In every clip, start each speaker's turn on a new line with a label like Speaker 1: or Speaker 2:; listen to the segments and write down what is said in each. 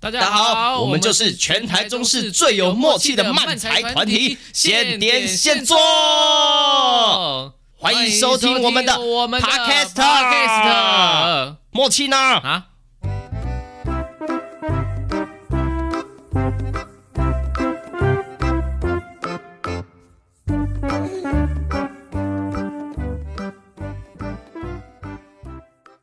Speaker 1: 大
Speaker 2: 大家
Speaker 1: 家
Speaker 2: 好，
Speaker 1: 好，
Speaker 2: 我们就是全台中市最有默契的漫才团体，现点现做，欢哦迎收听我们的
Speaker 1: 我们的
Speaker 2: Podcast
Speaker 1: Podcast
Speaker 2: 默契呢？
Speaker 1: 啊。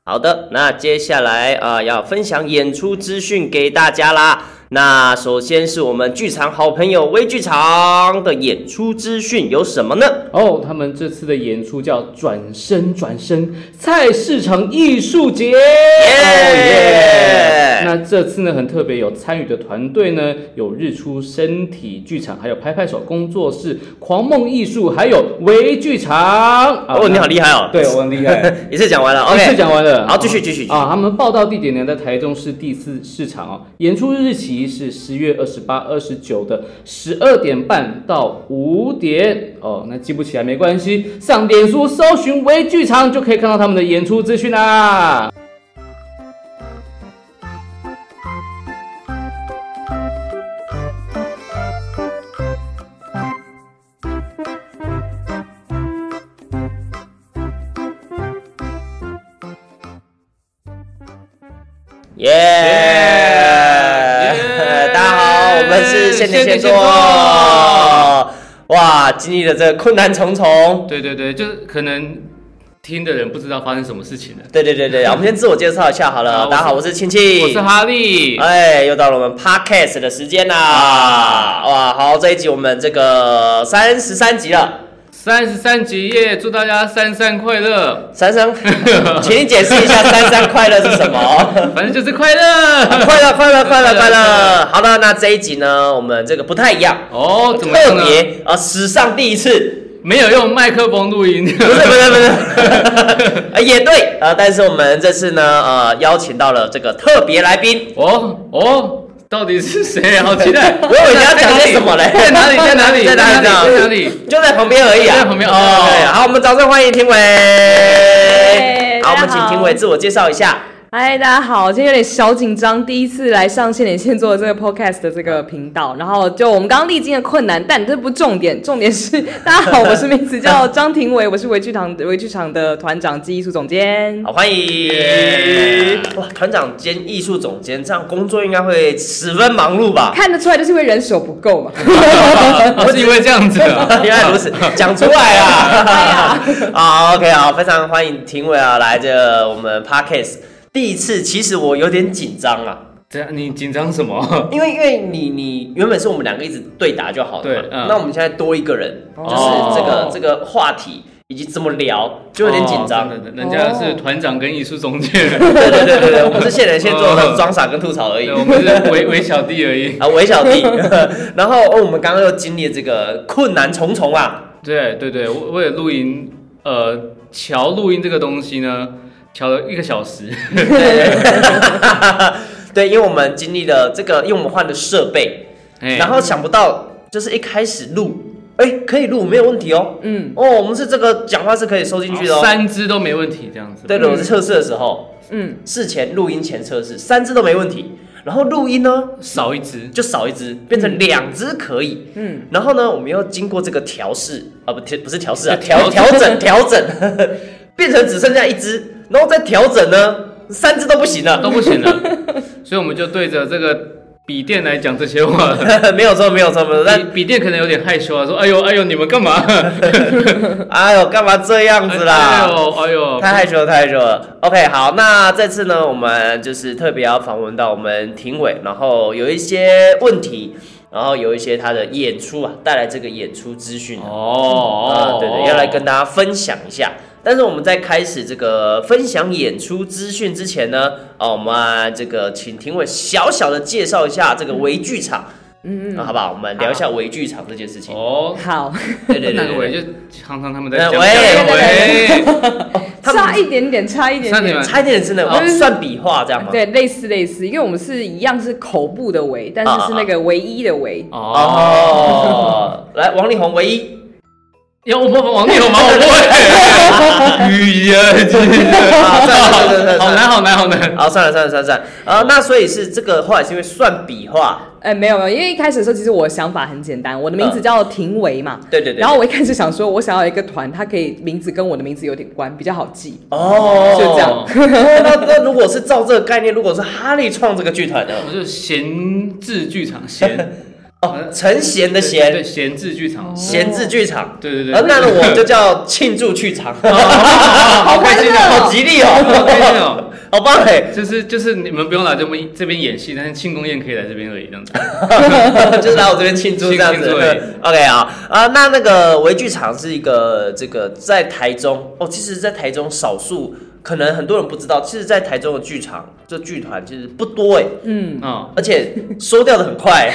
Speaker 3: 好的，那接下来啊、呃要分享演出资讯给大家啦。那首先是我们剧场好朋友微剧场的演出资讯有什么呢？
Speaker 4: 哦，他们这次的演出叫《转身转身菜市场艺术节》哦耶那这次呢很特别，有参与的团队呢有日出身体剧场，还有拍拍手工作室、狂梦艺术，还有微剧场。啊
Speaker 3: 哦，你好厉害哦！
Speaker 4: 对，我很厉害。
Speaker 3: 一次 讲完了
Speaker 4: 一次
Speaker 3: ，OK，
Speaker 4: 哦讲完了，
Speaker 3: 好继续继续继续
Speaker 4: 啊！他们报道地点呢，在台中市第四市场哦，演出日期是十月二十八、二十九的十二点半到五点哦。那记不起来没关系，上脸书搜寻微剧场就可以看到他们的演出资讯啦。
Speaker 3: 耶！大家好，我们是现点现做。哇，经历了这困难重重。
Speaker 4: 对对对，就是可能听的人不知道发生什么事情了。
Speaker 3: 对对对对， 我们先自我介绍一下好了。
Speaker 4: 好
Speaker 3: 大家好，我是亲戚，
Speaker 4: 我是哈利，
Speaker 3: 哎，又到了我们 podcast 的时间啦！
Speaker 4: 啊
Speaker 3: 哇，好，这一集我们这个三十三集了，
Speaker 4: 三十三集耶，祝大家三三快乐，
Speaker 3: 三三，请你解释一下三三快乐是什么？
Speaker 4: 反正就是啊快乐。
Speaker 3: 快乐，快乐，快乐，快
Speaker 4: 快
Speaker 3: 乐
Speaker 4: 乐！
Speaker 3: 好了，那这一集呢，我们这个不太一样，
Speaker 4: 哦，怎么样
Speaker 3: 特
Speaker 4: 呢？
Speaker 3: 别啊，史上第一次，
Speaker 4: 没有用麦克风录 音，
Speaker 3: 不是，不是，不是， 啊也对啊，但是我们这次呢，呃，邀请到了这个特别来宾，
Speaker 4: 哦哦，到底是谁？啊好期待！
Speaker 3: 我以为你要讲些什么嘞
Speaker 4: 在哪里？在哪里？ 在
Speaker 3: 在哪
Speaker 4: 哪
Speaker 3: 里
Speaker 4: 里？在哪里？在哪里？
Speaker 3: 就在旁边而已啊，
Speaker 4: 在旁边哦
Speaker 3: 对，好，我们掌声欢迎庭伟
Speaker 5: 耶。
Speaker 3: 好，我
Speaker 5: 大家
Speaker 3: 们请
Speaker 5: 好
Speaker 3: 庭伟自我介绍一下。
Speaker 5: 嗨，哎大家好，今天有点小紧张，第一次来上线点现做的这个 podcast 的这个频道，然后就我们刚刚历经的困难，但这不重点，重点是大家好，我是名字叫张庭伟，我是维剧场维剧场的团长及艺术总监。
Speaker 3: 好，欢迎！哇，团长兼艺术总监，这样工作应该会十分忙碌吧？
Speaker 5: 看得出来，就是因为人手不够嘛。
Speaker 4: 哦是因为这样子啊 的。
Speaker 3: 原来如此，讲出来啊！好，OK，好，非常欢迎庭伟啊，来这个我们 Parkes 第一次，其实我有点紧张啊，
Speaker 4: 这样你紧张什么？
Speaker 3: 因为因为你你原本是我们两个一直对答就好了嘛，
Speaker 4: 对嗯
Speaker 3: 那我们现在多一个人，
Speaker 5: 哦
Speaker 3: 就是这个
Speaker 4: 哦
Speaker 3: 这个话题以及怎么聊，就有点紧张。
Speaker 4: 哦真的人家是团长跟艺术总监，
Speaker 3: 对对对对对，我们是现人现做，
Speaker 4: 哦
Speaker 3: 装傻跟吐槽而已
Speaker 4: 对。我们是围围小弟而已。
Speaker 3: 啊，韦小弟，然后哦，我们刚刚又经历了这个困难重重啊，
Speaker 4: 对对对，我为了录音，呃，瞧录音这个东西呢，瞧了一个小 时。
Speaker 3: 对，因为我们经历了这个，因为我们换了设备，
Speaker 4: 哎
Speaker 3: 然后想不到就是一开始录，哎，可以录没有问题哦，
Speaker 5: 嗯，
Speaker 3: 哦，我们是这个讲话是可以收进去的哦，
Speaker 4: 三支都没问题，这样子。
Speaker 3: 对的，我是测试的时候，
Speaker 5: 嗯，
Speaker 3: 事前录音前测试三只都没问题，然后录音呢
Speaker 4: 少一支。
Speaker 3: 就少一只，变成两只可以。
Speaker 5: 嗯，
Speaker 3: 然后呢，我们又经过这个调试啊，不调不是调试啊，调
Speaker 4: 调
Speaker 3: 调整调整， 变成只剩下一只，然后再调整呢，三只都不行了。
Speaker 4: 啊都不行 了，所以我们就对着这个笔电来讲这些话了。
Speaker 3: 没有错，没有错，没有错。
Speaker 4: 笔
Speaker 3: 但
Speaker 4: 笔电可能有点害羞啊，说：“哎呦，哎呦，你们干嘛？”
Speaker 3: 哎呦，干嘛这样子
Speaker 4: 哎
Speaker 3: 啦？
Speaker 4: 呦，哎呦，
Speaker 3: 太害羞了，太害羞了。OK，好，那这次呢，我们就是特别要访问到我们庭伟，然后有一些问题，然后有一些他的演出啊，带来这个演出资讯啊。
Speaker 4: 哦
Speaker 3: 啊，，对对，要来跟大家分享一下。但是我们在开始这个分享演出资讯之前呢，啊，我们啊这个请评委小小的介绍一下这个微剧场，嗯嗯，好不好？我们聊一下微剧场这件事情。
Speaker 4: 哦，
Speaker 5: 好，
Speaker 3: 对对
Speaker 4: 那
Speaker 3: 对
Speaker 4: 个
Speaker 3: 对
Speaker 4: 伟
Speaker 3: 对，
Speaker 4: 就常常他们在讲，哎
Speaker 3: 喂
Speaker 4: 喂，
Speaker 3: 他们
Speaker 5: 差一点点，差一点
Speaker 4: 差一点
Speaker 5: 点
Speaker 4: 点。
Speaker 3: 差一点真的哦，算笔画这样吗？
Speaker 5: 对，类似类似，因为我们是一样是口部的维，但是是那个唯一的唯。
Speaker 4: 哦，
Speaker 3: 哦，来王力宏唯一
Speaker 4: 有我们往内容吗？我不会。语言技 能，好难好难好难。
Speaker 3: 好，算了算了算了算了。啊，那所以是这个后来是因为算笔画，
Speaker 5: 哎，没有没有，因为一开始的时候，其实我想法很简单，我的
Speaker 4: 嗯
Speaker 5: 名字叫廷维嘛。
Speaker 3: 对对对。
Speaker 5: 然后我一开始想说，我想要一个团，它可以名字跟我的名字有点关，比较好记。
Speaker 3: 哦，
Speaker 5: 就这样。
Speaker 3: 那那如果是照这个概念，如果是哈利创这个剧团呢？
Speaker 4: 我是闲置剧场闲，
Speaker 3: 哦，陈贤的
Speaker 4: 对
Speaker 3: 贤，
Speaker 4: 闲置剧场，
Speaker 3: 贤字剧场。
Speaker 4: 对对对
Speaker 3: 啊，哦那 我就叫庆祝剧场，
Speaker 4: 好开心啊！
Speaker 3: 好吉利哦，
Speaker 4: 开心哦！
Speaker 3: 好棒哎！
Speaker 4: 就是就是你们不用来这边这边演戏，但是庆功宴可以来这边而已，这样子。
Speaker 3: 就是来我这边庆祝这样
Speaker 4: 庆
Speaker 3: 子
Speaker 4: 祝而已。
Speaker 3: OK 啊啊，那那个维剧场是一个这个在台中哦，其实，在台中少数可能很多人不知道，其实，在台中的剧场这剧团其实不多哎，
Speaker 4: 嗯，
Speaker 3: 而且收掉的 很快，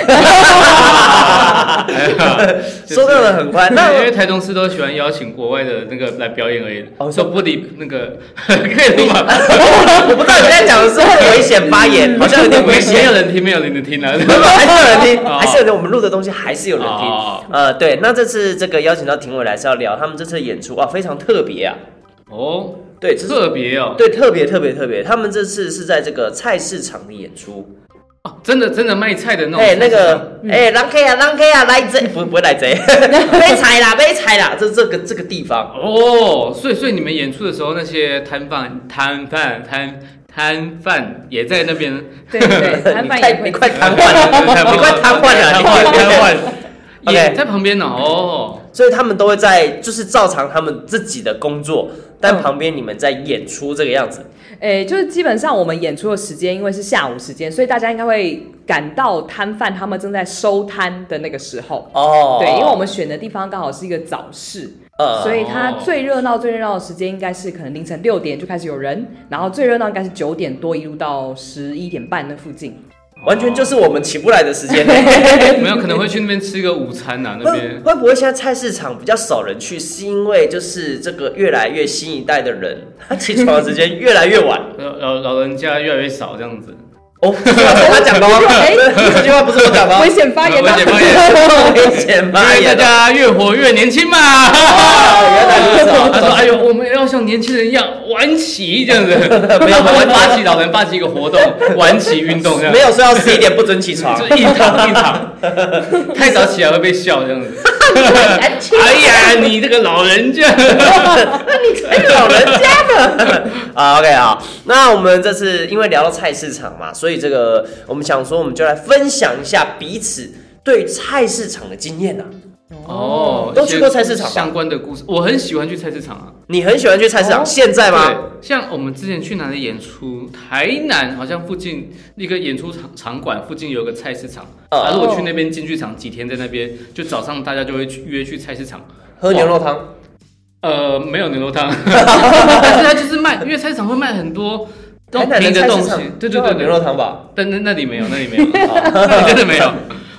Speaker 4: 哎
Speaker 3: 收掉的很快。 那
Speaker 4: 因为台中市都喜欢邀请国外的那个来表演而已，
Speaker 3: 哦
Speaker 4: 说不理那个 可以录吗？
Speaker 3: 我不知道你在讲的是很危险 发言， 好像有点危
Speaker 4: 没
Speaker 3: 险
Speaker 4: 有。人听，没有人 听了。啊
Speaker 3: 还是有人听，
Speaker 4: 哦
Speaker 3: 还是有人，我们录的东西还是有人听
Speaker 4: 哦。
Speaker 3: 呃，对，那这次这个邀请到庭伟来是要聊他们这次的演出啊，哇非常特别啊。
Speaker 4: 哦，
Speaker 3: 对，这是
Speaker 4: 特别哦，
Speaker 3: 对，特别特别特别，他们这次是在这个菜市场的演出。
Speaker 4: 哦真的真的卖菜的那种。
Speaker 3: 哎、那个，
Speaker 5: 嗯
Speaker 3: 哎、狼 K 啊，狼 K 啊，来贼，不不会来 贼，被踩啦，被踩啦，这这个这个地方。
Speaker 4: 哦，所以所以你们演出的时候，那些摊贩、摊贩、摊摊贩也在那边，
Speaker 5: 对对，摊
Speaker 3: 你
Speaker 5: 贩
Speaker 3: 快
Speaker 5: 也
Speaker 3: 你
Speaker 5: 会。
Speaker 3: 快瘫痪了，你快
Speaker 4: 瘫
Speaker 3: 瘫痪了，
Speaker 4: 痪
Speaker 3: 你快
Speaker 4: 瘫
Speaker 3: 瘫
Speaker 4: 痪
Speaker 3: 痪。，OK
Speaker 4: 也在旁边呢。哦，
Speaker 3: 所以他们都会在，就是照常他们自己的工作，
Speaker 5: 嗯
Speaker 3: 但旁边你们在演出这个样子。
Speaker 5: 诶，呃就是基本上我们演出的时间，因为是下午时间，所以大家应该会赶到摊贩他们正在收摊的那个时候。
Speaker 3: 哦，
Speaker 5: 对，因为我们选的地方刚好是一个早市，
Speaker 4: 哦
Speaker 3: 呃
Speaker 5: 所以它最热闹、最热闹的时间应该是可能凌晨六点就开始有人，然后最热闹应该是九点多一路到十一点半那附近。
Speaker 3: 完全就是我们起不来的时 间。
Speaker 4: 没哦有可能会去那边吃个午餐呐，那
Speaker 3: 会
Speaker 4: 边。
Speaker 3: 会不会现在菜市场比较少人去，是因为就是这个越来越新一代的人， 他起床的时间越来越晚
Speaker 4: 老老老人家越来越少这样子。
Speaker 3: 哦，这句话是他讲的哦，
Speaker 5: 哎
Speaker 3: 这句话不是我讲的哦
Speaker 5: 危，险发言
Speaker 4: 危
Speaker 5: 啊！
Speaker 4: 险发言
Speaker 3: 危险
Speaker 4: 因
Speaker 3: 发
Speaker 4: 为大
Speaker 3: 言哦。
Speaker 4: 家越活越年轻嘛。
Speaker 3: 哦原来如
Speaker 4: 他
Speaker 3: 此
Speaker 4: 说：“
Speaker 3: 哦，
Speaker 4: 哎呦，我们要像年轻人一样玩棋这样子，没
Speaker 3: 没
Speaker 4: 有，
Speaker 3: 有
Speaker 4: 我们发起老人发起一个活 动，玩棋运动这样，
Speaker 3: 没有说要十一点不准起 床
Speaker 4: 就。是硬躺硬 躺，太早起来会被笑这样子。 哎呀，你这个老人 家，
Speaker 3: 哎，老人家的 啊，OK 啊，那我们这次因为聊到菜市场嘛，所以这个我们想说，我们就来分享一下彼此对菜市场的经验啊。
Speaker 4: 哦
Speaker 3: 都去过菜市场吧啊
Speaker 4: 相关的故事，我很喜欢去菜市场啊。
Speaker 3: 你很喜欢去菜市场，
Speaker 5: 哦
Speaker 3: 现在吗？
Speaker 4: 对，像我们之前去哪里演出，台南好像附近一个演出场场馆附近有个菜市场，
Speaker 3: 哦
Speaker 4: 啊，如果去那边进剧场几天，在那边就早上大家就会去约去菜市场。
Speaker 3: 喝牛肉汤，
Speaker 4: 呃，没有牛肉汤，但是它就是卖，因为菜市场会卖很多
Speaker 3: 台
Speaker 4: 东
Speaker 3: 南
Speaker 4: 平的
Speaker 3: 的菜
Speaker 4: 东
Speaker 3: 市
Speaker 4: 西
Speaker 3: 场，
Speaker 4: 对对
Speaker 3: 都
Speaker 4: 对
Speaker 3: 有
Speaker 4: 对
Speaker 3: 牛，肉汤吧。
Speaker 4: 但那那里没有，那里没有， 那里真的没有。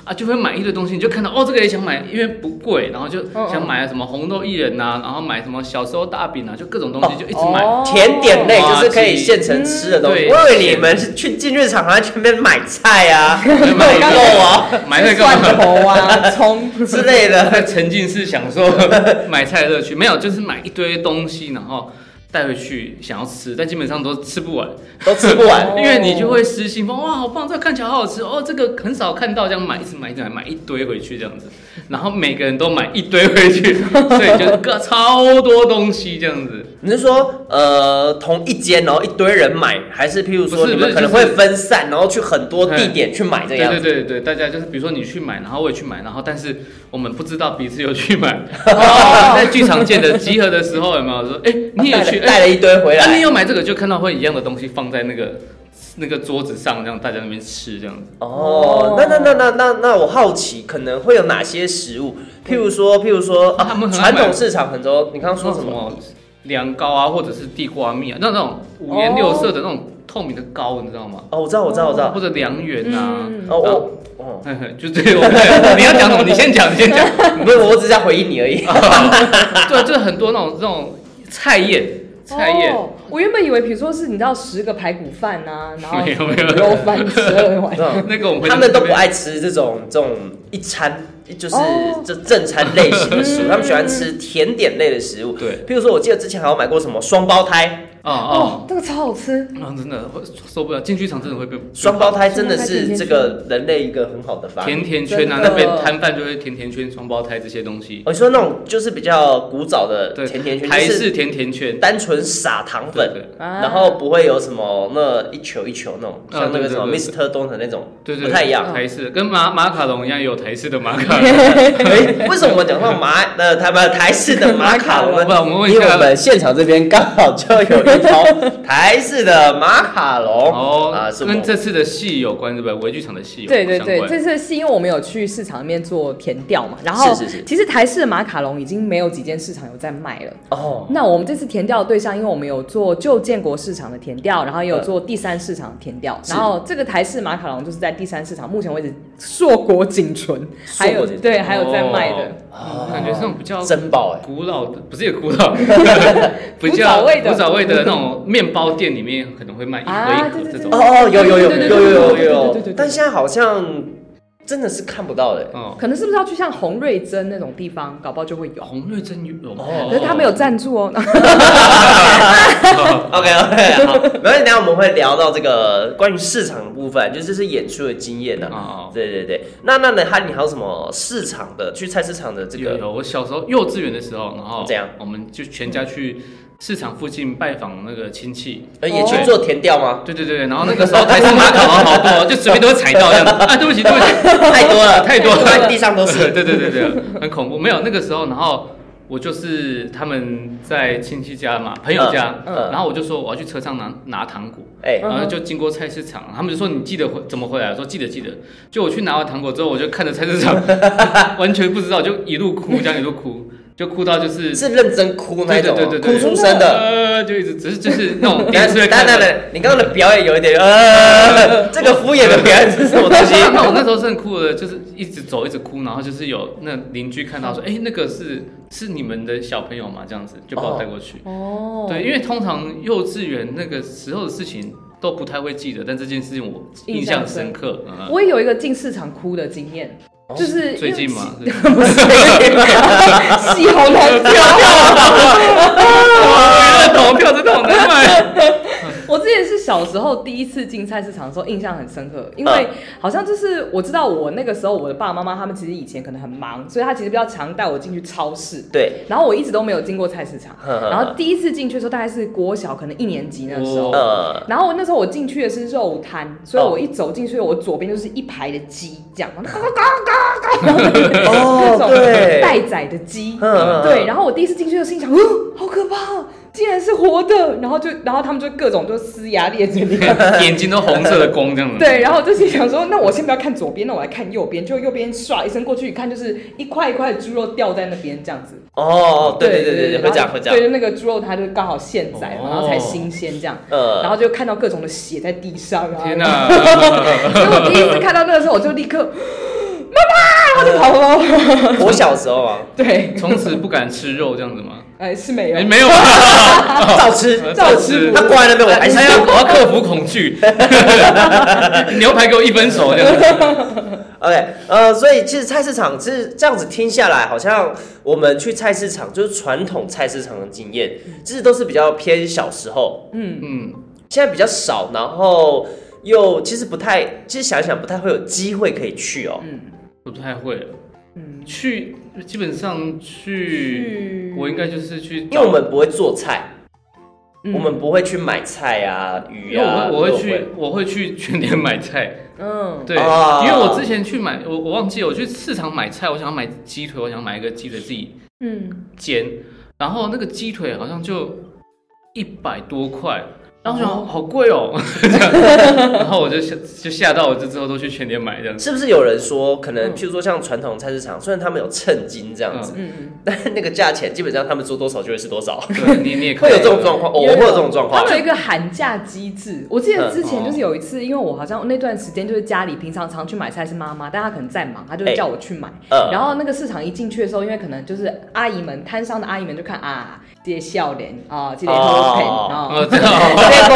Speaker 4: 啊，就会买一堆东西，你就看到哦，这个也想买，因为不贵，然后就想买什么红豆薏仁呐，然后买什么小时候大饼啊，就各种东西就一直买。
Speaker 5: 哦
Speaker 3: 甜点类就是可以现成吃的东西。
Speaker 4: 嗯
Speaker 3: 我以为你们是去进日场，还去那边买菜啊、
Speaker 4: 有 买
Speaker 3: 买肉啊
Speaker 4: 买那个
Speaker 5: 蒜头啊，葱
Speaker 3: 之类的。
Speaker 4: 在沉浸式享受 买菜的乐趣，没有，就是买一堆东西，然后带回去想要吃，但基本上都吃不完，
Speaker 3: 都吃不完
Speaker 5: 哦
Speaker 4: 因为你就会失心疯，哇，好棒，这个看起来好好吃哦，这个很少看到这样买，一直买，一直买，买一堆回去这样子，然后每个人都买一堆回 去，所以就各超多东西这样子，
Speaker 3: 你是说，呃，同一间然后一堆人买，还是譬如
Speaker 4: 不
Speaker 3: 说
Speaker 4: 是
Speaker 3: 你
Speaker 4: 不
Speaker 3: 们
Speaker 4: 是
Speaker 3: 可能
Speaker 4: 就
Speaker 3: 会
Speaker 4: 是
Speaker 3: 分散，然后去很多地点去买
Speaker 4: 对
Speaker 3: 这样
Speaker 4: 对
Speaker 3: 子？
Speaker 4: 对对，大家就是比如说你去买，然后我也去买，然后但是我们不知道彼此有去买，
Speaker 5: 哦
Speaker 4: 在剧场见的集合的时候有没有说，哎、你也去，
Speaker 3: 带了带了一堆回
Speaker 4: 啊，你
Speaker 3: 来。
Speaker 4: 有买这个就看到会一样的东西放在那个那个桌子上，让大家那边吃这样子。
Speaker 3: 哦，那那那那那那我好奇，可能会有哪些食物？譬如说，譬如说，
Speaker 4: 哦他们
Speaker 3: 啊，
Speaker 4: 很爱
Speaker 3: 传
Speaker 4: 买哦
Speaker 3: 统市场很多，你刚
Speaker 4: 嗯
Speaker 3: 刚说什么？
Speaker 4: 凉糕啊，或者是地瓜蜜啊，那那种五颜六色的那种透明的糕，你知道吗？
Speaker 3: 哦，我知道，我知道，我知道
Speaker 4: 或。者凉圆啊。
Speaker 5: 嗯
Speaker 3: 哦，
Speaker 4: 然
Speaker 3: 我
Speaker 4: 后
Speaker 3: 哦，
Speaker 4: 嘿嘿就这个，我你要讲什么？你先讲，你先讲。啊
Speaker 3: 不是，我只是在回应你而已。
Speaker 4: 对，就是很多那种这种菜宴， 菜叶。
Speaker 5: 哦，我原本以为，比如说是你知道十个排骨饭啊，然后
Speaker 4: 没有没有
Speaker 5: 卤肉饭十二碗，
Speaker 4: 那个我们
Speaker 3: 他们都不爱吃这种这种一餐。就是
Speaker 5: 哦嗯
Speaker 3: 这正餐类型的食物，他们喜欢吃甜点类的食物。
Speaker 4: 对
Speaker 3: 譬如说，我记得之前还有买过什么双胞胎，
Speaker 4: 啊
Speaker 5: 哦
Speaker 4: 啊，
Speaker 5: 这个超好吃，
Speaker 4: 啊！真的会受不了，进剧场真的会被
Speaker 3: 双胞胎真的
Speaker 5: 双胞胎甜
Speaker 3: 是
Speaker 5: 甜
Speaker 3: 这个人类一个很好的发明
Speaker 4: 甜。甜圈啊，
Speaker 5: 真的
Speaker 4: 那边摊贩就会甜甜圈、双胞胎这些东西。
Speaker 3: 我哦说那种就是比较古早的
Speaker 4: 对，
Speaker 3: 甜甜圈，
Speaker 4: 台
Speaker 3: 就是
Speaker 4: 式甜甜圈，
Speaker 3: 单纯撒糖
Speaker 4: 对
Speaker 3: 粉，
Speaker 4: 对
Speaker 5: 啊
Speaker 3: 然后不会有什么那一球一球那种，
Speaker 4: 啊
Speaker 3: 像那个什么
Speaker 4: 对
Speaker 3: Mr. Donut 那种，
Speaker 4: 对对，
Speaker 3: 不太一样。
Speaker 4: 台式跟马马卡龙一样，也有台式的马卡龙。
Speaker 3: 哎，为什么我们讲到马呃台们台式的马卡龙呢？
Speaker 4: 不然我们问一
Speaker 3: 因为我
Speaker 4: 下，
Speaker 3: 们现场这边刚好就有一包台式的马卡龙啊，
Speaker 4: 哦，
Speaker 3: 是我
Speaker 4: 跟这次的戏有关，对不对？微剧场的戏有
Speaker 5: 对对
Speaker 4: 相
Speaker 5: 对，
Speaker 4: 关
Speaker 5: 这次是因为我们有去市场里面做填调嘛，然后
Speaker 3: 是是是
Speaker 5: 其实台式的马卡龙已经没有几间市场有在卖了。
Speaker 3: 哦，
Speaker 5: 那我们这次填调的对象，因为我们有做旧建国市场的填调，然后也有做第三市场的填调，然后这个台式马卡龙就是在第三市场目前为止硕果仅存，还
Speaker 3: 硕
Speaker 5: 有
Speaker 3: 果仅存
Speaker 5: 对还有在卖的。
Speaker 4: 哦感觉是那种比较
Speaker 3: 珍宝哎，
Speaker 4: 古老的，不是也古老， 比
Speaker 5: 古早
Speaker 4: 较
Speaker 5: 味的
Speaker 4: 古早味的那种面包店里面可能会卖一盒
Speaker 5: 啊
Speaker 4: 一盒
Speaker 5: 对对
Speaker 4: 这
Speaker 5: 对
Speaker 4: 种
Speaker 3: 哦。哦有有有有
Speaker 5: 对对
Speaker 3: 有
Speaker 5: 对对
Speaker 3: 有
Speaker 5: 对对对
Speaker 3: 有
Speaker 5: 对
Speaker 3: 有
Speaker 5: 对，
Speaker 3: 但现在好像真的是看不到了哎。
Speaker 4: 哦，
Speaker 5: 可能是不是要去像红瑞珍那种地方，搞不好就会有。
Speaker 4: 红瑞珍有
Speaker 3: 哦
Speaker 5: 可是他没有赞助哦，
Speaker 4: 哦
Speaker 3: OK OK，好，没关系，等一下我们会聊到这个关于市场的部分，就是这是演出的经验呢、啊。
Speaker 4: 哦，
Speaker 3: 对对对，那那呢，还你还有什么市场的去菜市场的这
Speaker 4: 有
Speaker 3: 个
Speaker 4: 有，我小时候幼稚园的时候，然后
Speaker 3: 怎样
Speaker 4: 我们就全家去市场附近拜访那个亲戚。
Speaker 3: 呃也去做填调吗？
Speaker 4: 对对对，然后那个时候台式马卡龙好 多，就随便都会踩到这样子。啊，对不起对不起，
Speaker 3: 太多了，
Speaker 4: 太多了
Speaker 3: 了，地 上都 是。
Speaker 4: 对对对对，很恐怖。没有那个时候，然后我就是他们在亲戚家嘛，朋友家，
Speaker 3: 嗯嗯
Speaker 4: 然后我就说我要去车上拿拿糖果，
Speaker 3: 哎、
Speaker 5: 嗯
Speaker 4: 然后就经过菜市场，他们就说你记得回怎么回来？我说记得记得。就我去拿完糖果之后，我就看着菜市场， 完全不知道，就一路哭，这样一路哭，就哭到就是
Speaker 3: 是认真哭那一种，
Speaker 4: 对对对对对
Speaker 3: 哭出声的。
Speaker 4: 呃， 就一直只是就是那种第一
Speaker 3: 但
Speaker 4: 次会
Speaker 3: 是
Speaker 4: 看到
Speaker 3: 但但但，你刚刚的表演有一点呃，这个敷衍的表演是什么东 西？
Speaker 4: 那我那时候是很哭的，就是一直走一直哭，然后就是有那邻居看到说，哎、那个是是你们的小朋友嘛？这样子就把我带过去。
Speaker 5: 哦，
Speaker 4: 对，因为通常幼稚园那个时候的事情都不太会记得，但这件事情我印象深刻。嗯
Speaker 5: 哦我也有一个进市场哭的经验，就是
Speaker 4: 最
Speaker 5: 因为
Speaker 4: 近嘛，是
Speaker 5: 不是， 戏好难听
Speaker 4: 哇，投票真的好难买。
Speaker 5: 我之前是小时候第一次进菜市场的时候，印象很深刻，因
Speaker 3: 嗯
Speaker 5: 为好像就是我知道我那个时候我的爸爸妈妈他们其实以前可能很忙，所以他其实比较常带我进去超市。
Speaker 3: 对，嗯
Speaker 5: 然后我一直都没有进过菜市场，
Speaker 3: 呵呵
Speaker 5: 然后第一次进去的时候大概是国小可能一年级那时候，
Speaker 3: 呃，
Speaker 5: 然后那时候我进去的是肉摊，所
Speaker 3: 哦
Speaker 5: 以我一走进去，我左边就是一排的鸡，这样，嘎嘎嘎嘎嘎，
Speaker 3: 哦
Speaker 5: 然后 那
Speaker 3: 对
Speaker 5: 种待宰的鸡，
Speaker 3: 嗯嗯
Speaker 5: 对。然后我第一次进去的心想，哦，好可怕，竟然是活的。然后就，然后他们就各种就撕牙裂嘴 的。
Speaker 4: 眼睛都红色的光这样子。
Speaker 5: 对，然后我就心想说，那我先不要看左边，那我来看右边。就右边唰一声过去一看，就是一块一块的猪肉掉在那边这样子。
Speaker 3: 哦，对对对对对，
Speaker 5: 然后
Speaker 3: 会这样会这
Speaker 5: 对，
Speaker 3: 样，
Speaker 5: 就那个猪肉它就刚好现宰
Speaker 4: 哦
Speaker 5: 嘛，然后才新鲜这样。然
Speaker 3: 呃，
Speaker 5: 后就看到各种的血在地上啊！
Speaker 4: 天哪、
Speaker 5: 哪！ 所以我第一次看到那个时候，我就立刻妈妈，我就跑跑 跑。
Speaker 3: 我小时候啊，
Speaker 5: 对，
Speaker 4: 从此不敢吃肉这样子吗？
Speaker 5: 哎，是没有
Speaker 4: 哎，，没有啊，
Speaker 3: 照吃，
Speaker 5: 照吃
Speaker 3: 他过来那边我还 是
Speaker 4: 还要我要克服恐惧， 牛排给我一分熟这样子。
Speaker 3: OK，呃，所以其实菜市场是这样子听下来，好像我们去菜市场就是传统菜市场的经验，其实都是比较偏小时候，
Speaker 4: 嗯，
Speaker 3: 现在比较少，然后又其实不太，其实想一想不太会有机会可以去哦。
Speaker 4: 不太会。
Speaker 5: 嗯
Speaker 4: 去基本上去，
Speaker 5: 去
Speaker 4: 我应该就是去找，
Speaker 3: 因为我们不会做菜，
Speaker 5: 嗯
Speaker 3: 我们不会去买菜啊、鱼
Speaker 4: 因为
Speaker 3: 啊，
Speaker 4: 我我会
Speaker 3: 肉
Speaker 4: 去我会去全年买菜，
Speaker 5: 嗯
Speaker 4: 对，
Speaker 3: 哦
Speaker 4: 因为我之前去买，我我忘记了我去市场买菜，我想要买鸡腿，我想买一个鸡腿自己
Speaker 5: 嗯
Speaker 4: 煎，然后那个鸡腿好像就一百多块，
Speaker 6: 然后我想、哦、好贵 哦，然后我就吓就吓到，我就之后都去全年买这样子。
Speaker 3: 是不是有人说，可能譬如说像传统菜市场，虽然他们有称斤这样子，但那个价钱基本上他们说多少就会是多少，
Speaker 6: 对，你你也可以
Speaker 3: 会有这种状况，偶尔会有这种状
Speaker 5: 他
Speaker 3: 况嗯
Speaker 5: 们。有一个喊价机制，我记得之前就是有一次，因为我好像那段时间就是家里平常常去买菜是妈妈，但她可能在忙，她就会叫我去买。
Speaker 3: 嗯
Speaker 5: 然后那个市场一进去的时候，因为可能就是阿姨们摊商的阿姨们就看啊，这些笑脸啊，这些偷盆
Speaker 3: 哦
Speaker 5: 啊
Speaker 6: 哦，，这样哦
Speaker 5: 这个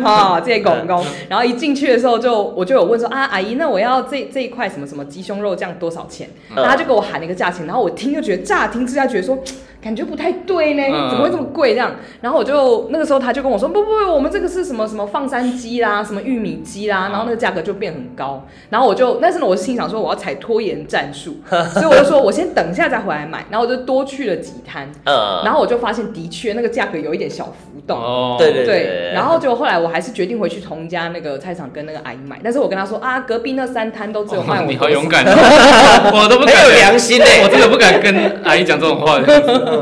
Speaker 5: 哈，这些公
Speaker 3: 嗯
Speaker 5: 公。然后一进去的时候就，我就有问说啊，阿姨，那我要这这一块什么什么鸡胸肉酱多少钱？
Speaker 3: 嗯
Speaker 5: 然后他就给我喊了一个价钱，然后我听就觉得乍听之下觉得说。嘖感觉不太对呢，
Speaker 6: 嗯
Speaker 5: 怎么会这么贵这样？然后我就那个时候他就跟我说，不不不，我们这个是什么什么放山鸡啦，什么玉米鸡啦，然后那个价格就变很高。然后我就，但是呢，我心想说我要采拖延战 术，所以我就说我先等一下再回来买。然后我就多去了几摊，
Speaker 3: 嗯，
Speaker 5: 然后我就发现的确那个价格有一点小浮动。
Speaker 6: 哦，
Speaker 3: 对对
Speaker 5: 对，然后就后来我还是决定回去同一家那个菜场跟那个阿姨买，但是我跟她说啊，隔壁那三摊都只有卖
Speaker 6: 哦
Speaker 5: 我、
Speaker 6: 你好勇，敢哦，我都不
Speaker 3: 很
Speaker 6: 敢，
Speaker 3: 有良心哎
Speaker 6: 我真的不敢跟阿姨讲这种话。这样子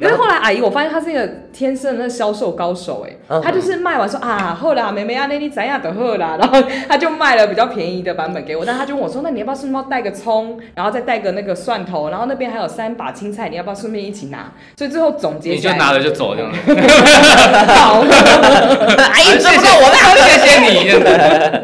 Speaker 5: 因为后来阿姨我发现她是一个天生的那销售高手、哎、
Speaker 3: 嗯
Speaker 5: 她就是卖完说啊，后啦，妹妹啊，那你怎样的后啦，然后她就卖了比较便宜的版本给我，但她就问我说，那你要不要顺便带个葱，然后再带个那个蒜头，然后那边还有三把青菜，你要不要顺便一起拿？所以最后总结
Speaker 6: 你
Speaker 5: 起
Speaker 6: 就
Speaker 5: 来，
Speaker 6: 拿了就走这样子。
Speaker 5: 好，
Speaker 3: 阿姨
Speaker 6: 谢
Speaker 3: 哎这
Speaker 6: 谢
Speaker 3: 不到我的，
Speaker 6: 谢谢你。这样子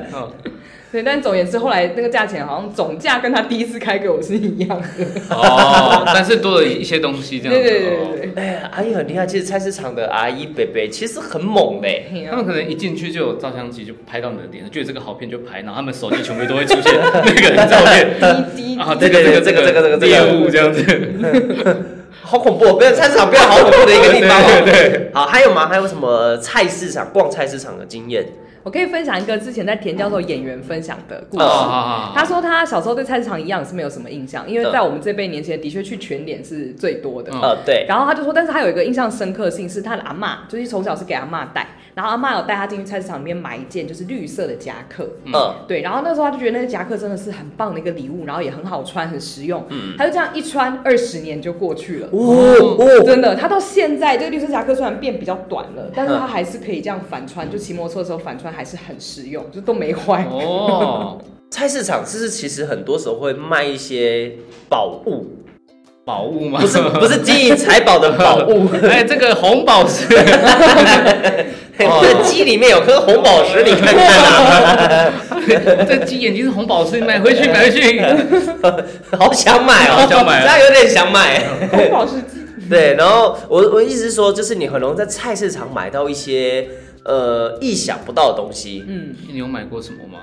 Speaker 5: 对，但总而言之，后来那个价钱好像总价跟她第一次开给我是一样的。
Speaker 6: 哦，但是多了一些东西这样
Speaker 5: 对
Speaker 6: 子。哦
Speaker 5: 对对对
Speaker 3: 哎呀，阿姨很厉害，其实菜市场的阿姨伯伯其实很猛欸嘞。
Speaker 5: 对，
Speaker 6: 他们可能一进去就有照相机，就拍到你的脸，觉得这个好片就拍，然后他们手机全部都会出现那个人照 片。
Speaker 5: 滴滴
Speaker 6: 啊，
Speaker 3: 对
Speaker 6: 这
Speaker 3: 对
Speaker 6: 个
Speaker 3: 对
Speaker 6: 这个
Speaker 3: 这个这个这个
Speaker 6: 猎物这样子。
Speaker 3: 好恐怖、哦！不要菜市场，不要好恐怖的一个地方、 哦。
Speaker 6: 对对
Speaker 3: 好，还有吗？还有什么菜市场逛菜市场呃的经验？
Speaker 5: 我可以分享一个之前在田教授演员分享的故
Speaker 6: 哦，
Speaker 5: 事。
Speaker 6: 好好
Speaker 5: 他
Speaker 6: 好。
Speaker 5: 说他小时候对菜市场一样是没有什么印象，因为在我们这辈年轻人的确去全脸是最多的。
Speaker 6: 嗯
Speaker 3: 呃，对，
Speaker 5: 然后他就说，但是他有一个印象深刻的事情是，他的阿嬷就是从小是给阿嬷带，然后阿嬷有带他进去菜市场里面买一件就是绿色的夹克，
Speaker 3: 嗯、
Speaker 5: 对，然后那时候他就觉得那个夹克真的是很棒的一个礼物，然后也很好穿，很实用，
Speaker 3: 嗯
Speaker 5: 他就这样一穿，二十年就过去了。
Speaker 3: 哦哦，
Speaker 5: 真的，他到现在这个绿色夹克虽然变比较短了，但是
Speaker 3: 嗯
Speaker 5: 他还是可以这样反穿，就骑摩托车的时候反穿还是很实用，就都没坏。
Speaker 6: 哦，
Speaker 3: 菜市场是不是其实很多时候会卖一些宝物？
Speaker 6: 宝物吗？
Speaker 3: 不是不是金银财宝的宝物，
Speaker 6: 哎，这个红宝石，
Speaker 3: 我
Speaker 5: 哦
Speaker 3: 的鸡里面有颗红宝石，你看 看、
Speaker 6: 这鸡眼睛是红宝石，你买回去，买回去。
Speaker 3: 啊，好想买哦，
Speaker 6: 好想买啊
Speaker 3: 这样有点想买。
Speaker 5: 红宝石机
Speaker 3: 对，然后我我意思是说，就是你很容易在菜市场买到一些呃意想不到的东西。
Speaker 5: 嗯，
Speaker 6: 你有买过什么吗？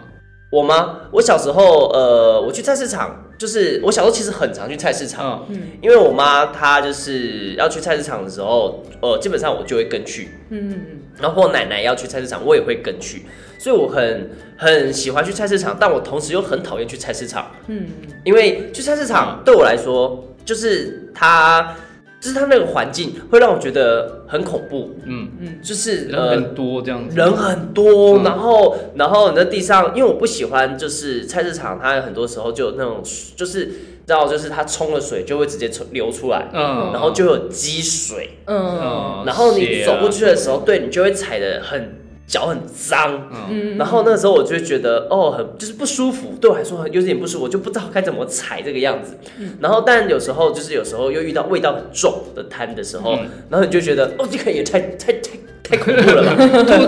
Speaker 3: 我吗？我小时候，呃，我去菜市场，就是我小时候其实很常去菜市场，
Speaker 6: 嗯，
Speaker 3: 因为我妈她就是要去菜市场的时候，呃，基本上我就会跟去，
Speaker 5: 嗯，
Speaker 3: 然后我奶奶要去菜市场，我也会跟去，所以我很很喜欢去菜市场，但我同时又很讨厌去菜市场，
Speaker 5: 嗯，
Speaker 3: 因为去菜市场对我来说，就是它，就是它那个环境会让我觉得很恐怖，
Speaker 6: 嗯，
Speaker 3: 就是
Speaker 6: 人
Speaker 3: 呃，
Speaker 6: 很多这样子。
Speaker 3: 人很多，
Speaker 6: 嗯
Speaker 3: 然后然后你在地上，因为我不喜欢就是菜市场，它很多时候就有那种就是你知道就是它冲了水就会直接冲流出来，
Speaker 6: 嗯，
Speaker 3: 然后就有积水，
Speaker 5: 嗯，
Speaker 6: 嗯，
Speaker 3: 然后你
Speaker 6: 血啊
Speaker 3: 走 过去的时候，对你就会踩的很脚很脏。
Speaker 6: 嗯，
Speaker 5: 嗯，
Speaker 3: 然后那个时候我就会觉得哦，很就是不舒服，对我来说很有点不舒服，我就不知道该怎么踩这个样子。然后但有时候就是有时候又遇到味道很重的摊的时候，
Speaker 6: 嗯
Speaker 3: 然后你就觉得哦，这个也太太太太恐怖了吧。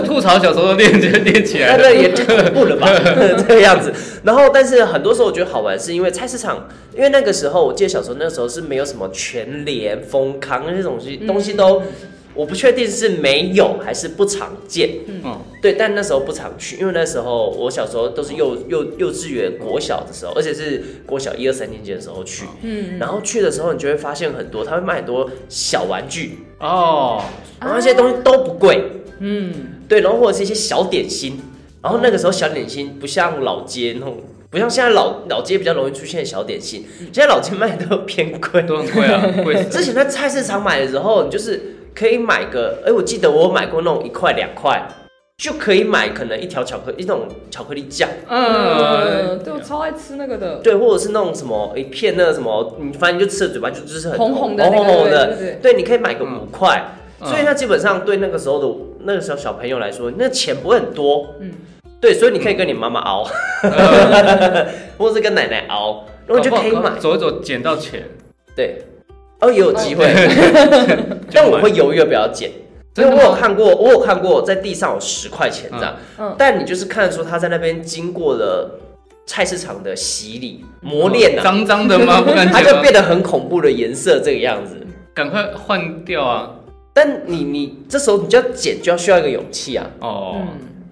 Speaker 6: 吐吐槽小时候都练就练起来
Speaker 3: 那
Speaker 6: 了。
Speaker 3: 那也太恐怖了吧， 这个样子。然后，但是很多时候我觉得好玩，是因为菜市场，因为那个时候我记得小时候那时候是没有什么全联、丰康那些东西，东西都我不确定是没有还是不常见。
Speaker 6: 嗯，
Speaker 3: 对，但那时候不常去，因为那时候我小时候都是幼幼幼稚园、国小的时候，而且是国小一二三年级的时候去。嗯，然后去的时候，你就会发现很多，他会卖很多小玩具，
Speaker 6: 哦，
Speaker 3: 然后那些东西都不贵。
Speaker 5: 嗯，
Speaker 3: 对，然后或者是一些小点心，然后那个时候小点心不像老街那种，不像现在老老街比较容易出现的小点心，
Speaker 5: 嗯
Speaker 3: 现在老街卖的都偏 贵。
Speaker 6: 都很贵啊， 贵死
Speaker 3: 之前在菜市场买的时候，你就是可以买个，哎，我记得我买过那种一块两块。就可以买可能一条巧克一种巧克力酱，
Speaker 5: 呃，
Speaker 6: 嗯，
Speaker 5: 对我超爱吃那个的，
Speaker 3: 对，或者是那种什么一片那个什么，你反正就吃了嘴巴就就是很
Speaker 5: 红
Speaker 3: 红
Speaker 5: 红的那个
Speaker 3: 红红
Speaker 5: 对对
Speaker 3: 的，对，你可以买个五块，
Speaker 6: 嗯
Speaker 4: 嗯
Speaker 3: 所以那基本上对那个时候的那个时候小朋友来说，那钱不会很多，嗯，对，所以你可以跟你妈妈熬，
Speaker 6: 呃
Speaker 3: 或者是跟奶奶熬，然后就可以买，
Speaker 4: 走一走捡到钱，
Speaker 3: 对，哦，也有机 会， 但我会犹豫要不要捡。所以我有看过，我有看过在地上有十块钱这样，
Speaker 4: 嗯
Speaker 3: 但你就是看得出他在那边经过了菜市场的洗礼
Speaker 4: 嗯
Speaker 3: 磨练
Speaker 6: 哦
Speaker 3: 啊，
Speaker 4: 脏脏的 吗？不敢捡吗，
Speaker 3: 它就变得很恐怖的颜色这个样子。
Speaker 4: 赶快换掉啊！
Speaker 3: 但你你这时候你就要捡，就要需要一个勇气啊。
Speaker 5: 嗯
Speaker 4: 哦，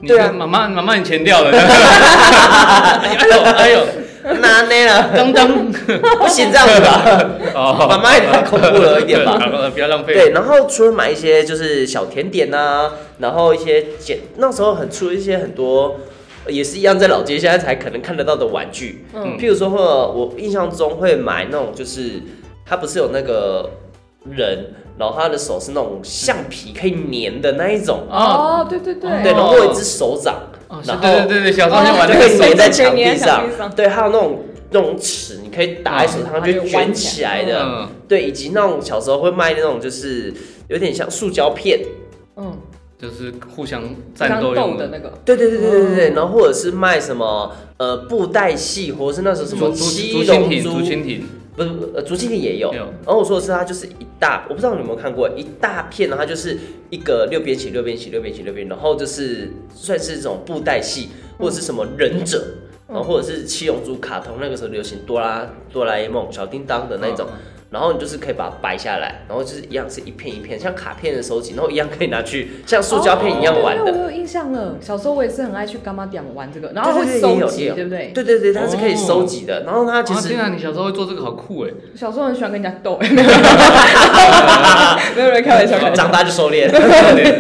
Speaker 4: 你
Speaker 3: 对啊
Speaker 4: 说妈妈妈妈你钱 掉了， 哎呦哎呦，
Speaker 3: 那那了，
Speaker 4: 当当，
Speaker 3: 不行这样子吧，
Speaker 4: 哦，
Speaker 3: 妈妈也太恐怖了一 点 吧。
Speaker 4: 对不要浪费
Speaker 3: 对，，然后除了买一些就是小甜点呐、然后一些简那时候很出一些很多，呃也是一样在老街现在才可能看得到的玩具，
Speaker 5: 嗯
Speaker 3: 譬如说会我印象中会买那种就是它不是有那个人，然后他的手是那种橡皮可以粘的那一种，
Speaker 4: 哦
Speaker 5: 哦，对对对，
Speaker 3: 对，然后我有一只手掌，
Speaker 4: 哦，是
Speaker 3: 然后哦
Speaker 4: 对对对对，小时候就玩
Speaker 3: 就
Speaker 4: 那
Speaker 3: 可
Speaker 4: 个
Speaker 3: 以
Speaker 4: 手
Speaker 3: 粘在墙
Speaker 5: 手指粘
Speaker 3: 壁
Speaker 5: 在
Speaker 3: 上
Speaker 5: 墙壁上，
Speaker 3: 对，还有那种那种尺，你可以打在手上，它就卷起来的。
Speaker 4: 嗯
Speaker 3: 对，以及那种小时候会卖那种，就是有点像塑胶片，
Speaker 5: 嗯，
Speaker 4: 就是互相战
Speaker 5: 刚
Speaker 4: 斗
Speaker 5: 斗
Speaker 4: 用
Speaker 5: 的那个，
Speaker 3: 对对对对对嗯对，然后或者是卖什么呃布袋戏，或者是那时候什么
Speaker 4: 竹
Speaker 3: 七
Speaker 4: 竹竹蜻
Speaker 3: 龙
Speaker 4: 蜓，
Speaker 3: 珠
Speaker 4: 竹，蜻蜓，
Speaker 3: 不是不是呃竹蜻蜓也有。
Speaker 4: 有
Speaker 3: 然后我说的是它就是一大，我不知道你有没有看过一大片，然后它就是一个六边形、六边形、六边形、六边，然后就是算是这种布袋戏或者是什么忍者。然后或者是七龙珠卡通，那个时候流行哆啦哆啦 A 梦、小叮当的那种，然后你就是可以把它掰下来，然后就是一样是一片一片，像卡片的收集，然后一样可以拿去像塑胶片一样玩的
Speaker 5: 对。对哦我有印象了，小时候我也是很爱去干妈店玩这个，然后
Speaker 3: 对
Speaker 5: 会
Speaker 3: 对对
Speaker 5: 收
Speaker 3: 也有也
Speaker 5: 集，
Speaker 3: 有
Speaker 5: 对不对？
Speaker 3: 对对对，它是可以收集的。然后它其
Speaker 4: 哇，
Speaker 3: 实
Speaker 4: 天啊，你小时候会做这个好酷哎！
Speaker 5: 小时候很喜欢跟人家斗，哎没有人，没有人开玩笑，开玩 笑，
Speaker 3: 长大就收敛，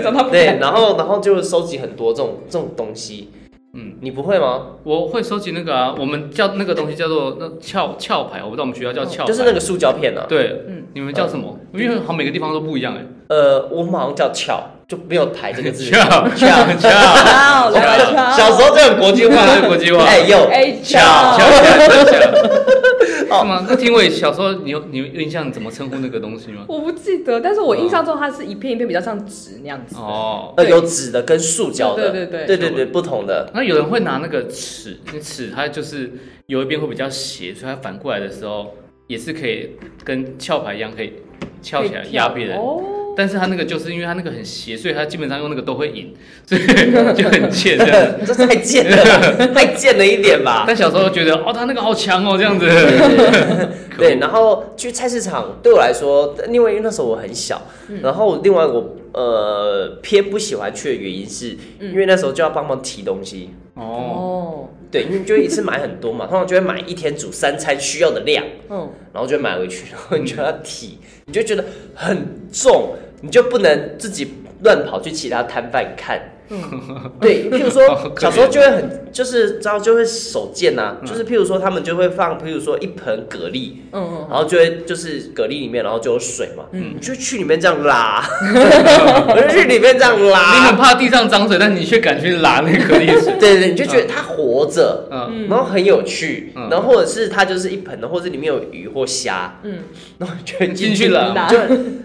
Speaker 5: 长大 不
Speaker 3: 对，
Speaker 5: 敢。
Speaker 3: 然后然后就收集很多这种这种东西。嗯，你不会吗？
Speaker 4: 我会收集那个啊，我们叫那个东西叫做那壳壳牌，我不知道我们学校叫壳牌，
Speaker 3: 就是那个塑胶片啊。
Speaker 4: 对，
Speaker 5: 嗯
Speaker 4: 你们叫什么？因为好像每个地方都不一样哎。
Speaker 3: 呃，我们好像叫翘，就没有台这个 字。
Speaker 4: 翘
Speaker 3: 翘翘，
Speaker 5: 哇哦，来来来
Speaker 3: 小时候就很国际化，
Speaker 4: 对 国际化
Speaker 3: 哎呦，
Speaker 5: 哎，
Speaker 4: 翘
Speaker 5: 巧
Speaker 4: 起来，翘起来。是
Speaker 3: 哦
Speaker 4: 吗？那听伟小时候，你有你有印象怎么称呼那个东西吗？
Speaker 5: 我不记得，但是我印象中它是一片一片比较像纸那样子。
Speaker 4: 哦，
Speaker 3: 呃， 有纸的跟塑胶的，
Speaker 5: 对对对
Speaker 3: 对对对，不同 的。
Speaker 4: 那有人会拿那个尺，那尺它就是有一边会比较斜，所以它反过来的时候也是可以跟翘牌一样可以翘起来
Speaker 5: 可以
Speaker 4: 压别人。
Speaker 5: 哦，
Speaker 4: 但是他那个就是因为他那个很斜，所以他基本上用那个都会赢，所以 就很欠这样子。
Speaker 3: 这太贱了 吧，太贱了一点吧。
Speaker 4: 但小时候觉得哦，他那个好强哦，这样子。可恶
Speaker 3: 对，然后去菜市场对我来说，另外因为那时候我很小，
Speaker 4: 嗯
Speaker 3: 然后另外我呃偏不喜欢去的原因是，
Speaker 4: 嗯
Speaker 3: 因为那时候就要帮忙提东西，
Speaker 4: 哦，
Speaker 5: 哦，
Speaker 3: 对，因为就一次买很多嘛，通常就会买一天煮三餐需要的量，
Speaker 5: 嗯，
Speaker 3: 然后就买回去，然后你就要提，你就觉得很重，你就不能自己乱跑去其他摊贩看。 对，譬如
Speaker 4: 好
Speaker 3: 说
Speaker 4: 嗯 可怜哦嗯
Speaker 3: 小时候就会很，就是知道就会手贱呐、就是譬如说他们就会放，譬如说一盆蛤蜊，
Speaker 5: 嗯嗯，
Speaker 3: 然后就会就是蛤蜊里面，然后就有水嘛，
Speaker 4: 嗯
Speaker 3: 你就去里面这样拉， 我就去里面这样
Speaker 4: 你很
Speaker 3: 拉，
Speaker 4: 怕地上脏水，但你却敢去拉那个历史。
Speaker 3: 对对，你就觉得它活着，
Speaker 4: 嗯，
Speaker 3: 然后很有趣，
Speaker 4: 嗯
Speaker 3: 然后或者是它就是一盆的，或者里面有鱼或虾，
Speaker 5: 嗯
Speaker 3: 嗯，然后你就会
Speaker 4: 进
Speaker 3: 进
Speaker 4: 去
Speaker 3: 去
Speaker 4: 了
Speaker 3: 了，
Speaker 5: 拉
Speaker 3: 就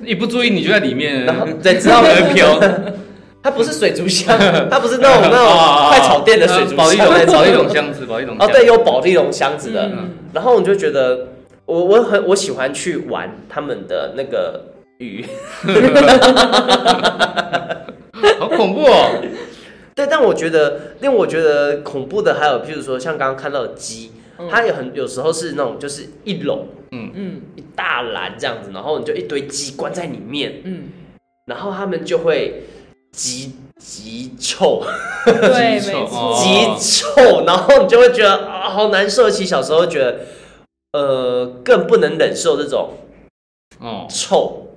Speaker 4: 一不注意你就在里面，
Speaker 3: 然后对，知道
Speaker 4: 让
Speaker 3: 了。
Speaker 4: 人飘。
Speaker 3: 它不是水 族箱，它不是那种那
Speaker 4: 哦哦
Speaker 3: 种
Speaker 4: 哦
Speaker 3: 快炒店的水族
Speaker 4: 保利
Speaker 3: 箱，
Speaker 4: 龙，哎保利龙箱子，保利龙
Speaker 3: 哦，
Speaker 4: 箱。
Speaker 3: 对，，有保利龙箱子的，
Speaker 5: 嗯
Speaker 3: 然后你就觉得我我很我喜欢去玩他们的那个鱼，
Speaker 4: 好恐怖哦。
Speaker 3: 对，但我觉得令我觉得恐怖的还有，譬如说像刚刚看到的鸡，它有很有时候是那种就是一笼，
Speaker 4: 嗯
Speaker 5: 嗯
Speaker 3: 嗯，一大篮这样子，然后你就一堆鸡关在里面，
Speaker 5: 嗯，
Speaker 3: 然后它们就会极极臭，
Speaker 5: 对，
Speaker 4: 极
Speaker 5: 没
Speaker 4: 丑
Speaker 5: 错，
Speaker 3: 极
Speaker 4: 哦
Speaker 3: 臭，然后你就会觉得啊好难受。其实小时候觉得，呃，更不能忍受这种
Speaker 4: 哦，
Speaker 3: 臭，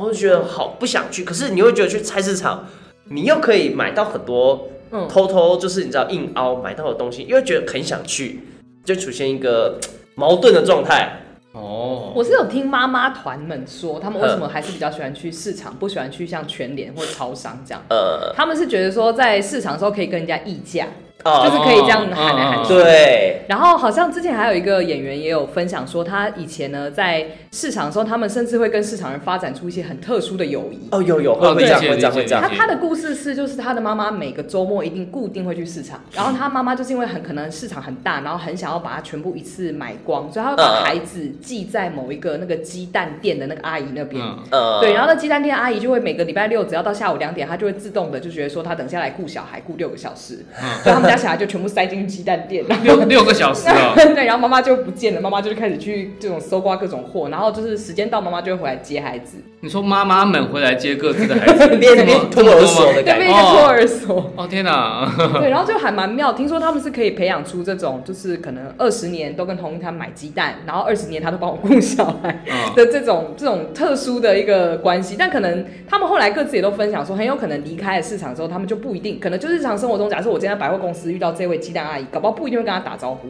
Speaker 3: 我就觉得好不想去。可是你会觉得去菜市场，你又可以买到很多
Speaker 5: 嗯，
Speaker 3: 偷偷就是你知道硬凹买到的东西，又觉得很想去，就出现一个嘖矛盾的状态。
Speaker 4: 哦，
Speaker 5: 我是有听妈妈团们说，他们为什么还是比较喜欢去市场，不喜欢去像全联或超商这样。
Speaker 3: 呃，
Speaker 5: 他们是觉得说，在市场的时候可以跟人家议价，就是
Speaker 3: 哦，
Speaker 5: 可以这样喊来喊去。
Speaker 4: 哦
Speaker 3: 对，
Speaker 5: 然后好像之前还有一个演员也有分享说，他以前呢在市场的时候，他们甚至会跟市场人发展出一些很特殊的友谊。
Speaker 3: 哦，有有会会这样
Speaker 4: 对
Speaker 3: 会这样会这
Speaker 5: 他
Speaker 3: 样，
Speaker 5: 他的故事是，就是他的妈妈每个周末一定固定会去市场，然后他妈妈就是因为很可能市场很大，然后很想要把它全部一次买光，所以他会把
Speaker 3: 嗯
Speaker 5: 孩子寄在某一个那个鸡蛋店的那个阿姨那边。
Speaker 4: 嗯，
Speaker 3: 呃，
Speaker 5: 对，然后那鸡蛋店阿姨就会每个礼拜六只要到下午两点，她就会自动的就觉得说她等下来顾小孩顾六个小时， 所以他们家小孩就全部塞进去鸡蛋店，然后
Speaker 4: 六六个小时哦，
Speaker 5: 对，然后妈妈就不见了，妈妈就开始去这种搜刮各种货，然后就是时间到，妈妈就会回来接孩子，
Speaker 4: 你说妈妈们回来接各自的孩 子，
Speaker 3: 练练
Speaker 4: 这
Speaker 3: 托
Speaker 4: 么
Speaker 3: 儿
Speaker 4: 多
Speaker 3: 所的
Speaker 5: 对，
Speaker 3: 感觉
Speaker 5: 变，一个托儿所。
Speaker 4: 哦天哪，
Speaker 5: 对，然后就还蛮妙，听说他们是可以培养出这种，就是可能二十年都跟同一摊买鸡蛋，然后二十年他都帮我顾小孩
Speaker 4: 嗯
Speaker 5: 的这种这种特殊的一个关系。但可能他们后来各自也都分享说，很有可能离开了市场之后，他们就不一定，可能就日常生活中，假设我今天在百货公司遇到这位鸡蛋阿姨，搞不好不一定会跟她打招呼。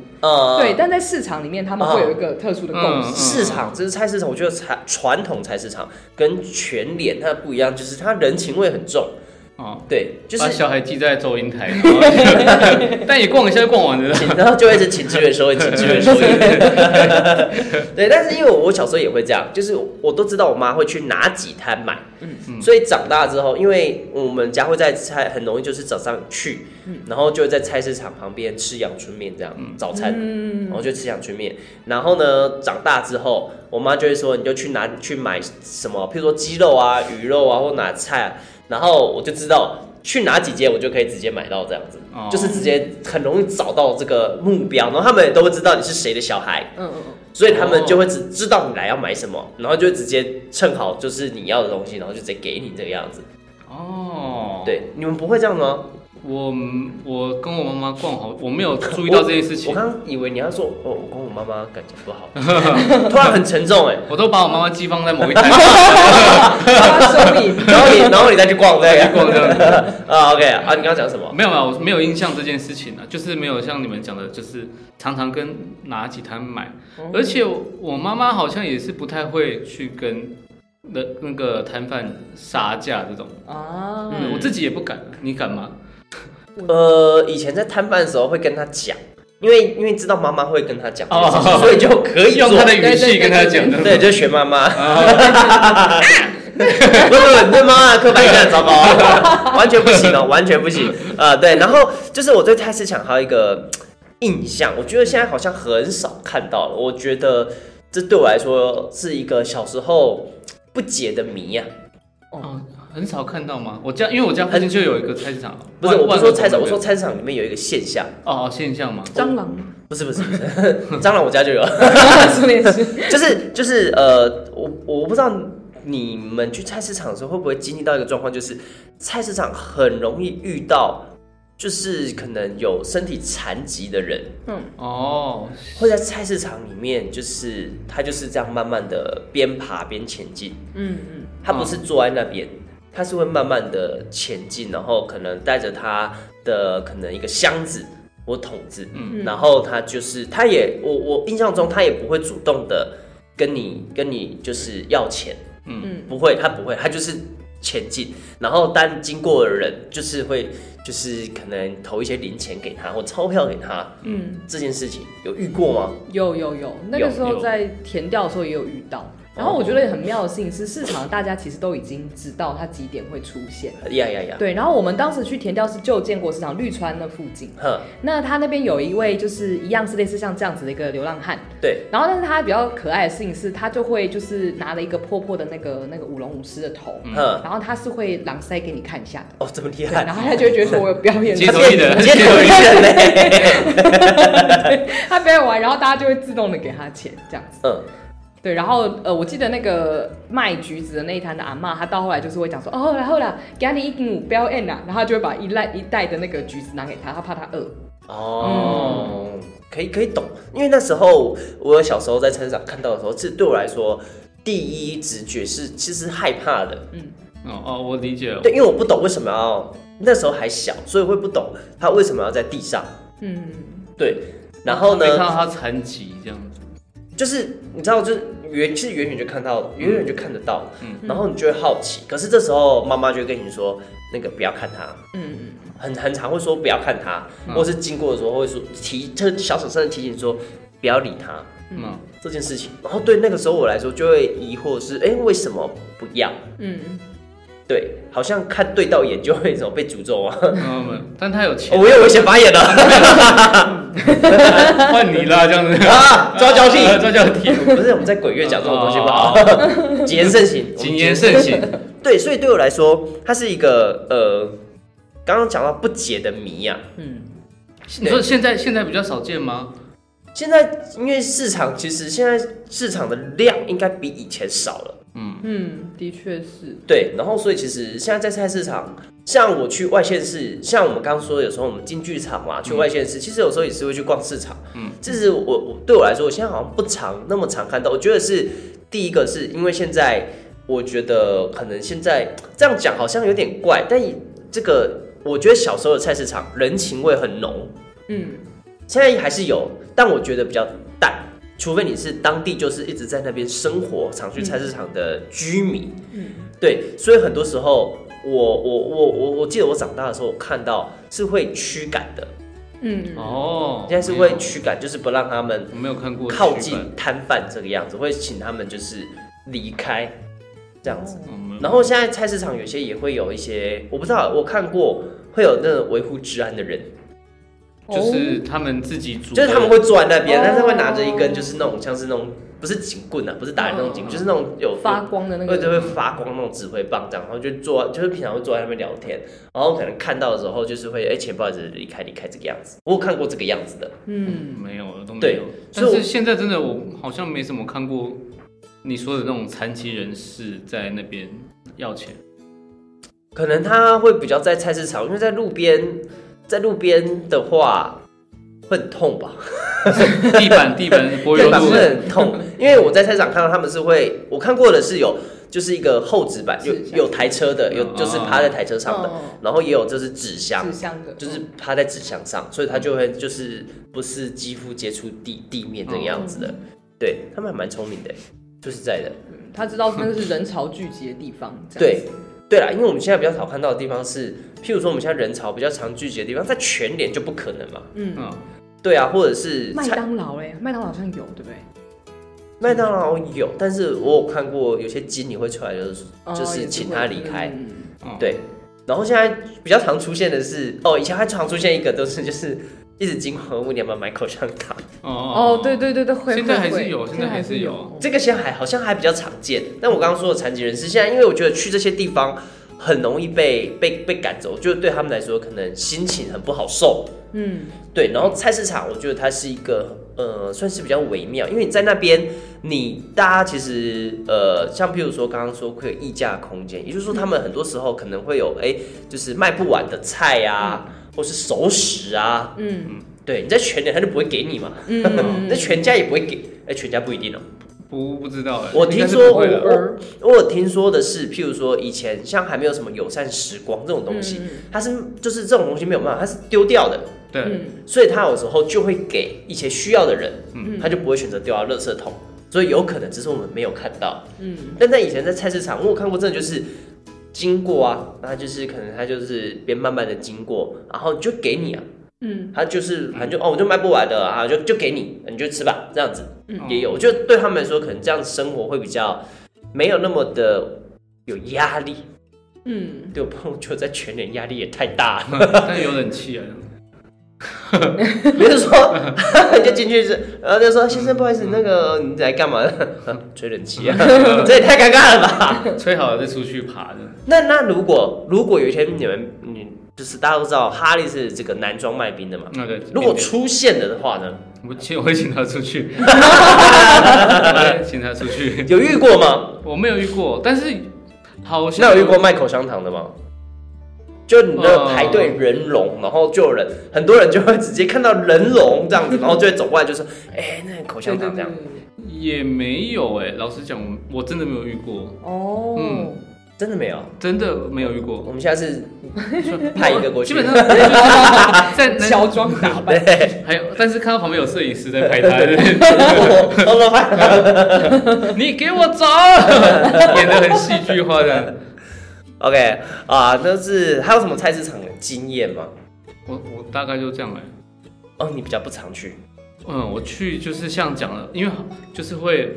Speaker 4: 嗯
Speaker 3: 呃，
Speaker 5: 对，但在市场里面，他们会有一个特殊的共识。
Speaker 3: 市场，这是菜市场，我觉得菜传统菜市场跟全联它不一样，就是它人情味很重。
Speaker 4: 哦，
Speaker 3: 对，就
Speaker 5: 啊
Speaker 4: 把
Speaker 3: 是
Speaker 4: 小孩寄在收银台，然 后但也逛一下就逛完了，
Speaker 3: 请，然后就一直请支援收银，请支援收银。对，但是因为我小时候也会这样，就是我都知道我妈会去哪几摊买，所以长大之后，因为我们家会在菜，很容易就是早上去，然后就会在菜市场旁边吃阳春面这样早餐，然后就吃阳春面。然后呢，长大之后，我妈就会说，你就去拿去买什么，譬如说鸡肉啊、鱼肉啊，或哪菜、啊，然后我就知道。去哪几间我就可以直接买到这样子，
Speaker 4: 哦
Speaker 3: 就是直接很容易找到这个目标，然后他们也都会知道你是谁的小孩，
Speaker 5: 嗯嗯
Speaker 3: 所以他们就会只知道你来要买什
Speaker 4: 哦
Speaker 3: 么，然后就直接称好就是你要的东西，然后就直接给你这个样子。
Speaker 4: 哦，，
Speaker 3: 对，你们不会这样吗？
Speaker 4: 我我跟我妈妈逛好，我没有注意到这件事情
Speaker 3: 我，刚刚以为你要说哦，我跟我妈妈感情 不好，突然很沉重哎、
Speaker 4: 我都把我妈妈寄放在某一台，
Speaker 5: 嗯，他 收礼。
Speaker 3: 然后你 然后你再去逛这
Speaker 4: 去逛这样
Speaker 3: 个啊，OK 啊，你刚刚讲什么？
Speaker 4: 没有没有，我没有印象这件事情啊，就是没有像你们讲的，就是常常跟哪几摊买，
Speaker 3: 哦
Speaker 4: 而且我我妈妈好像也是不太会去跟那那个摊贩杀价这种，
Speaker 5: 啊，
Speaker 3: 嗯
Speaker 4: 我自己也不敢，你敢吗？
Speaker 3: 呃，以前在摊贩的时候会跟他讲，因为因为知道妈妈会跟他讲，
Speaker 4: 哦
Speaker 3: 所以就可以
Speaker 4: 用
Speaker 3: 做
Speaker 4: 她的语气跟她讲的，
Speaker 3: 对，就学妈妈。
Speaker 4: 啊
Speaker 3: 不不，你对妈妈的刻板印象很糟糕 哦，完全不行哦，完全不行。呃，对，然后就是我对菜市场还有一个嘖印象，我觉得现在好像很少看到了。我觉得这对我来说是一个小时候嘖不解的谜啊呀、
Speaker 4: 哦，很少看到吗？我家因为我家附近就有一个菜市场，啊
Speaker 3: 不是，
Speaker 4: 万
Speaker 3: 我不是说菜市
Speaker 4: 万
Speaker 3: 场，我
Speaker 4: 国
Speaker 3: 说
Speaker 4: 那边
Speaker 3: 菜市场里面有一个现象，
Speaker 4: 哦哦现象嘛，
Speaker 5: 蟑 螂，
Speaker 3: 不是不是不是， 蟑螂我家就有，
Speaker 5: 说的也 是。
Speaker 3: 就是就是呃，我我不知道你们去菜市场的时候会不会经历到一个状况，就是菜市场很容易遇到，就是可能有身体残疾的人
Speaker 4: 哦，
Speaker 3: 会在菜市场里面，就是他就是这样慢慢的边爬边前进，
Speaker 5: 嗯嗯，
Speaker 3: 他不是坐在那边。他是会慢慢的前进，然后可能带着他的可能一个箱子或桶子，
Speaker 4: 嗯
Speaker 3: 然后他就是他也我我印象中他也不会主动的跟你跟你就是要钱，
Speaker 5: 嗯
Speaker 3: 不会，他不会，他就是前进，然后但经过的人就是会，就是可能投一些零钱给他或钞票给他，
Speaker 5: 嗯，
Speaker 3: 这件事情有遇过吗？
Speaker 5: 有有有，那个时
Speaker 4: 有
Speaker 5: 候
Speaker 4: 有
Speaker 5: 在填调的时候也有遇到。然后我觉得很妙的事情是，市场大家其实都已经知道它几点会出现。
Speaker 3: 呀呀呀，
Speaker 5: 对，然后我们当时去填调是旧建国市场绿川那附近，
Speaker 3: 哼，
Speaker 5: 那他那边有一位就是一样是类似像这样子的一个流浪汉，
Speaker 3: 对，
Speaker 5: 然后但是他比较可爱的事情是，他就会就是拿了一个破破的那个那个舞龙舞狮的头，
Speaker 3: 哼，
Speaker 5: 然后他是会狼塞给你看一下 的，
Speaker 3: 哦，这么厉
Speaker 5: 对，然
Speaker 3: 害，
Speaker 5: 后他就会觉得说我有表演
Speaker 4: 接
Speaker 3: 他
Speaker 4: 手
Speaker 3: 变
Speaker 4: 艺 人
Speaker 3: 接手艺人嘞，
Speaker 5: 他表演完，然后大家就会自动的给他钱这样子。
Speaker 3: 嗯，
Speaker 5: 对，然后呃，我记得那个卖橘子的那一摊的阿嬷，她到后来就是会讲说，哦，然后啦，给你一斤五标 N 啦，然后她就会把一袋一袋的那个橘子拿给他，她怕他饿。
Speaker 3: 哦，可以可以懂，因为那时候我小时候在菜市场看到的时候，这对我来说第一直觉是其实害怕的，
Speaker 4: 哦哦我理解了，
Speaker 3: 对，因为我不懂为什么要那时候还小，所以会不懂他为什么要在地上。
Speaker 5: 嗯，
Speaker 3: 对，然后
Speaker 4: 没看
Speaker 3: 呢，
Speaker 4: 到他残疾这样子，
Speaker 3: 就是你知道，就是远其实远远就看到，远远就看得到，
Speaker 4: 嗯
Speaker 3: 然后你就会好奇。可是这时候妈妈就会跟你说，那个不要看他，
Speaker 5: 嗯
Speaker 3: 很很常会说不要看他，
Speaker 4: 嗯
Speaker 3: 或是经过的时候会说提，特小小声的提醒说不要理他
Speaker 4: 嗯，
Speaker 3: 这件事情。然后对那个时候我来说就会疑惑是，哎、为什么不要？
Speaker 5: 嗯，
Speaker 3: 对，好像看对到眼就会什么被诅 咒啊！
Speaker 4: 嗯，但他有
Speaker 3: 哦
Speaker 4: 钱，
Speaker 3: 我有危险发 言了
Speaker 4: 换你啦，这样子，
Speaker 3: 啊！抓交替，
Speaker 4: 呃 抓交替，哦
Speaker 3: 不是我们在鬼月讲这种东西不好， 谨言慎行，
Speaker 4: 谨言慎行。
Speaker 3: 对，所以对我来说，它是一个呃，刚刚讲到不解的谜呀、啊。
Speaker 4: 你说现在现在比较少见吗？
Speaker 3: 现在因为市场其实现在市场的量应该比以前少了，
Speaker 4: 嗯，
Speaker 5: 嗯，的确是，
Speaker 3: 对，然后所以其实现在在菜市场，像我去外县市，像我们刚刚说，有时候我们进剧场嘛，去外县市，其实有时候也是会去逛市场。嗯，这是我我对我来说，我现在好像不常那么常看到。我觉得是第一个是因为现在，我觉得可能现在这样讲好像有点怪，但这个我觉得小时候的菜市场人情味很浓，
Speaker 5: 嗯
Speaker 3: 现在还是有，但我觉得比较淡。除非你是当地，就是一直在那边生活，常去菜市场的居民，
Speaker 5: 嗯
Speaker 3: 对，所以很多时候，我我我我我记得我长大的时候，我看到是会驱赶的，
Speaker 5: 嗯，
Speaker 4: 哦，
Speaker 3: 现在是会驱赶，就是不让他们
Speaker 4: 我没有看过
Speaker 3: 靠
Speaker 4: 剧本
Speaker 3: 近，摊贩这个样子，会请他们就是离开这样子。
Speaker 4: 嗯没有
Speaker 3: 然后现在菜市场有些也会有一些，我不知道，我看过会有那种维护治安的人，
Speaker 4: 就是他们自己煮的，
Speaker 3: 就是他们会坐在那边，
Speaker 5: 哦哦
Speaker 3: 但是会拿着一根就是那种像是那种不是警棍啊，不是打人那种
Speaker 4: 嗯
Speaker 3: 警棍，就是那种有
Speaker 5: 发光的那
Speaker 3: 会就
Speaker 5: 个，
Speaker 3: 会发光那种指挥棒这样，然后就坐，就是平常会坐在那边聊天，然后可能看到的时候就是会，哎、钱包一直离开离开这个样子，我有看过这个样子的，
Speaker 5: 嗯
Speaker 4: 没有都没
Speaker 3: 对
Speaker 4: 有。
Speaker 3: 所
Speaker 4: 但
Speaker 3: 以我
Speaker 4: 是现在真的我好像没什么看过你说的那种残疾人士在那边要钱，
Speaker 3: 可能他会比较在菜市场，因为在路边，在路边的话会很痛吧，
Speaker 4: 地 板地板柏油
Speaker 3: 对吧？
Speaker 4: 路
Speaker 3: 会很痛，因为我在菜市场看到他们是会，我看过的是有就是一个厚纸板，有有台车的，有就是趴在台车上的，
Speaker 5: 哦
Speaker 3: 然后也有就是纸箱
Speaker 5: 纸。箱的，
Speaker 3: 就是趴在纸箱上，所以他就会就是不是肌肤接触地地面这个样子的。对他们还蛮聪明的，说实在的。
Speaker 5: 嗯他知道那个是人潮聚集的地方，这样
Speaker 3: 对
Speaker 5: 子，
Speaker 3: 对啦，因为我们现在比较少看到的地方是，譬如说我们现在人潮比较常聚集的地方，在全脸就不可能嘛。
Speaker 5: 嗯，
Speaker 4: 嗯，
Speaker 3: 对啊，或者是
Speaker 5: 麦
Speaker 3: 菜
Speaker 5: 当劳哎，麦当劳好像有对不对？
Speaker 3: 麦当劳有，但是我有看过有些经理会出来就是、
Speaker 5: 哦
Speaker 3: 就是请他离开，，
Speaker 5: 也是会嗯
Speaker 4: 嗯
Speaker 3: 对，然后现在比较常出现的是，哦，以前还常出现一个都是就是一直经过问你要不要买口香糖，
Speaker 4: 哦
Speaker 5: 哦，对，对对对，会
Speaker 4: 现在
Speaker 5: 会
Speaker 4: 还是
Speaker 5: 会
Speaker 4: 有现在还是有
Speaker 3: 这个现在还好像还比较常见。但我刚刚说的残疾人士，现在因为我觉得去这些地方很容易被被被赶走，就对他们来说可能心情很不好受。
Speaker 5: 嗯
Speaker 3: 对，然后菜市场，我觉得它是一个呃，算是比较微妙，因为你在那边，你大家其实呃，像譬如说刚刚说会有溢价空间，也就是说他们很多时候可能会
Speaker 5: 嗯
Speaker 3: 有哎、就是卖不完的菜啊，或是熟食啊，
Speaker 5: 嗯
Speaker 3: 对，你在全年他就不会给你嘛，
Speaker 5: 嗯 嗯，
Speaker 3: 那全家也不会给，哎、全家不一定哦、
Speaker 4: 不不知道哎，
Speaker 3: 我
Speaker 4: 应该
Speaker 3: 听
Speaker 4: 是
Speaker 3: 说
Speaker 4: 不
Speaker 3: 我
Speaker 4: 会了
Speaker 3: 我我有听说的是，譬如说以前像还没有什么友善时光这种东西，
Speaker 5: 嗯
Speaker 3: 它是就是这种东西没有办法，它是丢掉的。
Speaker 4: 对，
Speaker 3: 所以他有时候就会给一些需要的人，
Speaker 5: 嗯
Speaker 3: 他就不会选择丢到垃圾桶，所以有可能只是我们没有看到，嗯，但在以前在菜市场，我有看过，真的就是经过啊，那就是可能他就是边慢慢的经过，然后就给你啊，
Speaker 5: 嗯，
Speaker 3: 他就是反正就哦，我就卖不完的啊，就就给你，你就吃吧，这样子
Speaker 5: 嗯
Speaker 4: 哦
Speaker 3: 也有，我觉得对他们来说，可能这样生活会比较没有那么的有压力，
Speaker 5: 嗯，
Speaker 3: 对我朋友觉得在全年压力也太大了。
Speaker 4: 但有冷气啊，
Speaker 3: 比如说， 就进去是，然后就说先生，不好意思，那个你来干嘛？ 吹冷气啊， 这也太尴尬了吧？
Speaker 4: 吹好了再出去爬的，
Speaker 3: 那那如果如果有一天你们你就是大家都知道哈利是这个男装卖冰的嘛，
Speaker 4: 那个
Speaker 3: 如果出现了的话呢，
Speaker 4: 我请我会啊请他出去，我会请他出去，
Speaker 3: 有遇过吗？
Speaker 4: 我没有遇过，但是好像
Speaker 3: 那有遇过卖口香糖的吗？就你的排队人龙，然后就有人很多人就会直接看到人龙这样子，然后就会走过来就说，哎、那个口香
Speaker 5: 对对
Speaker 3: 糖这
Speaker 5: 对
Speaker 3: 样，，
Speaker 4: 也没有哎，老实讲，我我真的没有遇过，
Speaker 5: 哦，
Speaker 4: 嗯
Speaker 3: 真的没有。
Speaker 4: 真的没有遇过。
Speaker 3: 我们 下次派一个过
Speaker 4: 基
Speaker 3: 去，
Speaker 4: 本上 就是在南
Speaker 5: 乔装打扮，
Speaker 4: 还有，但是看到旁边有摄影师在 拍他，对不
Speaker 3: 我我我派。
Speaker 4: 对你给我走，演的很戏剧化的。
Speaker 3: OK 啊，那是还有什么菜市场经验吗？
Speaker 4: 我我大概就这样哎、
Speaker 3: 哦，你比较不常去，
Speaker 4: 嗯，我去就是像讲了，因为就是会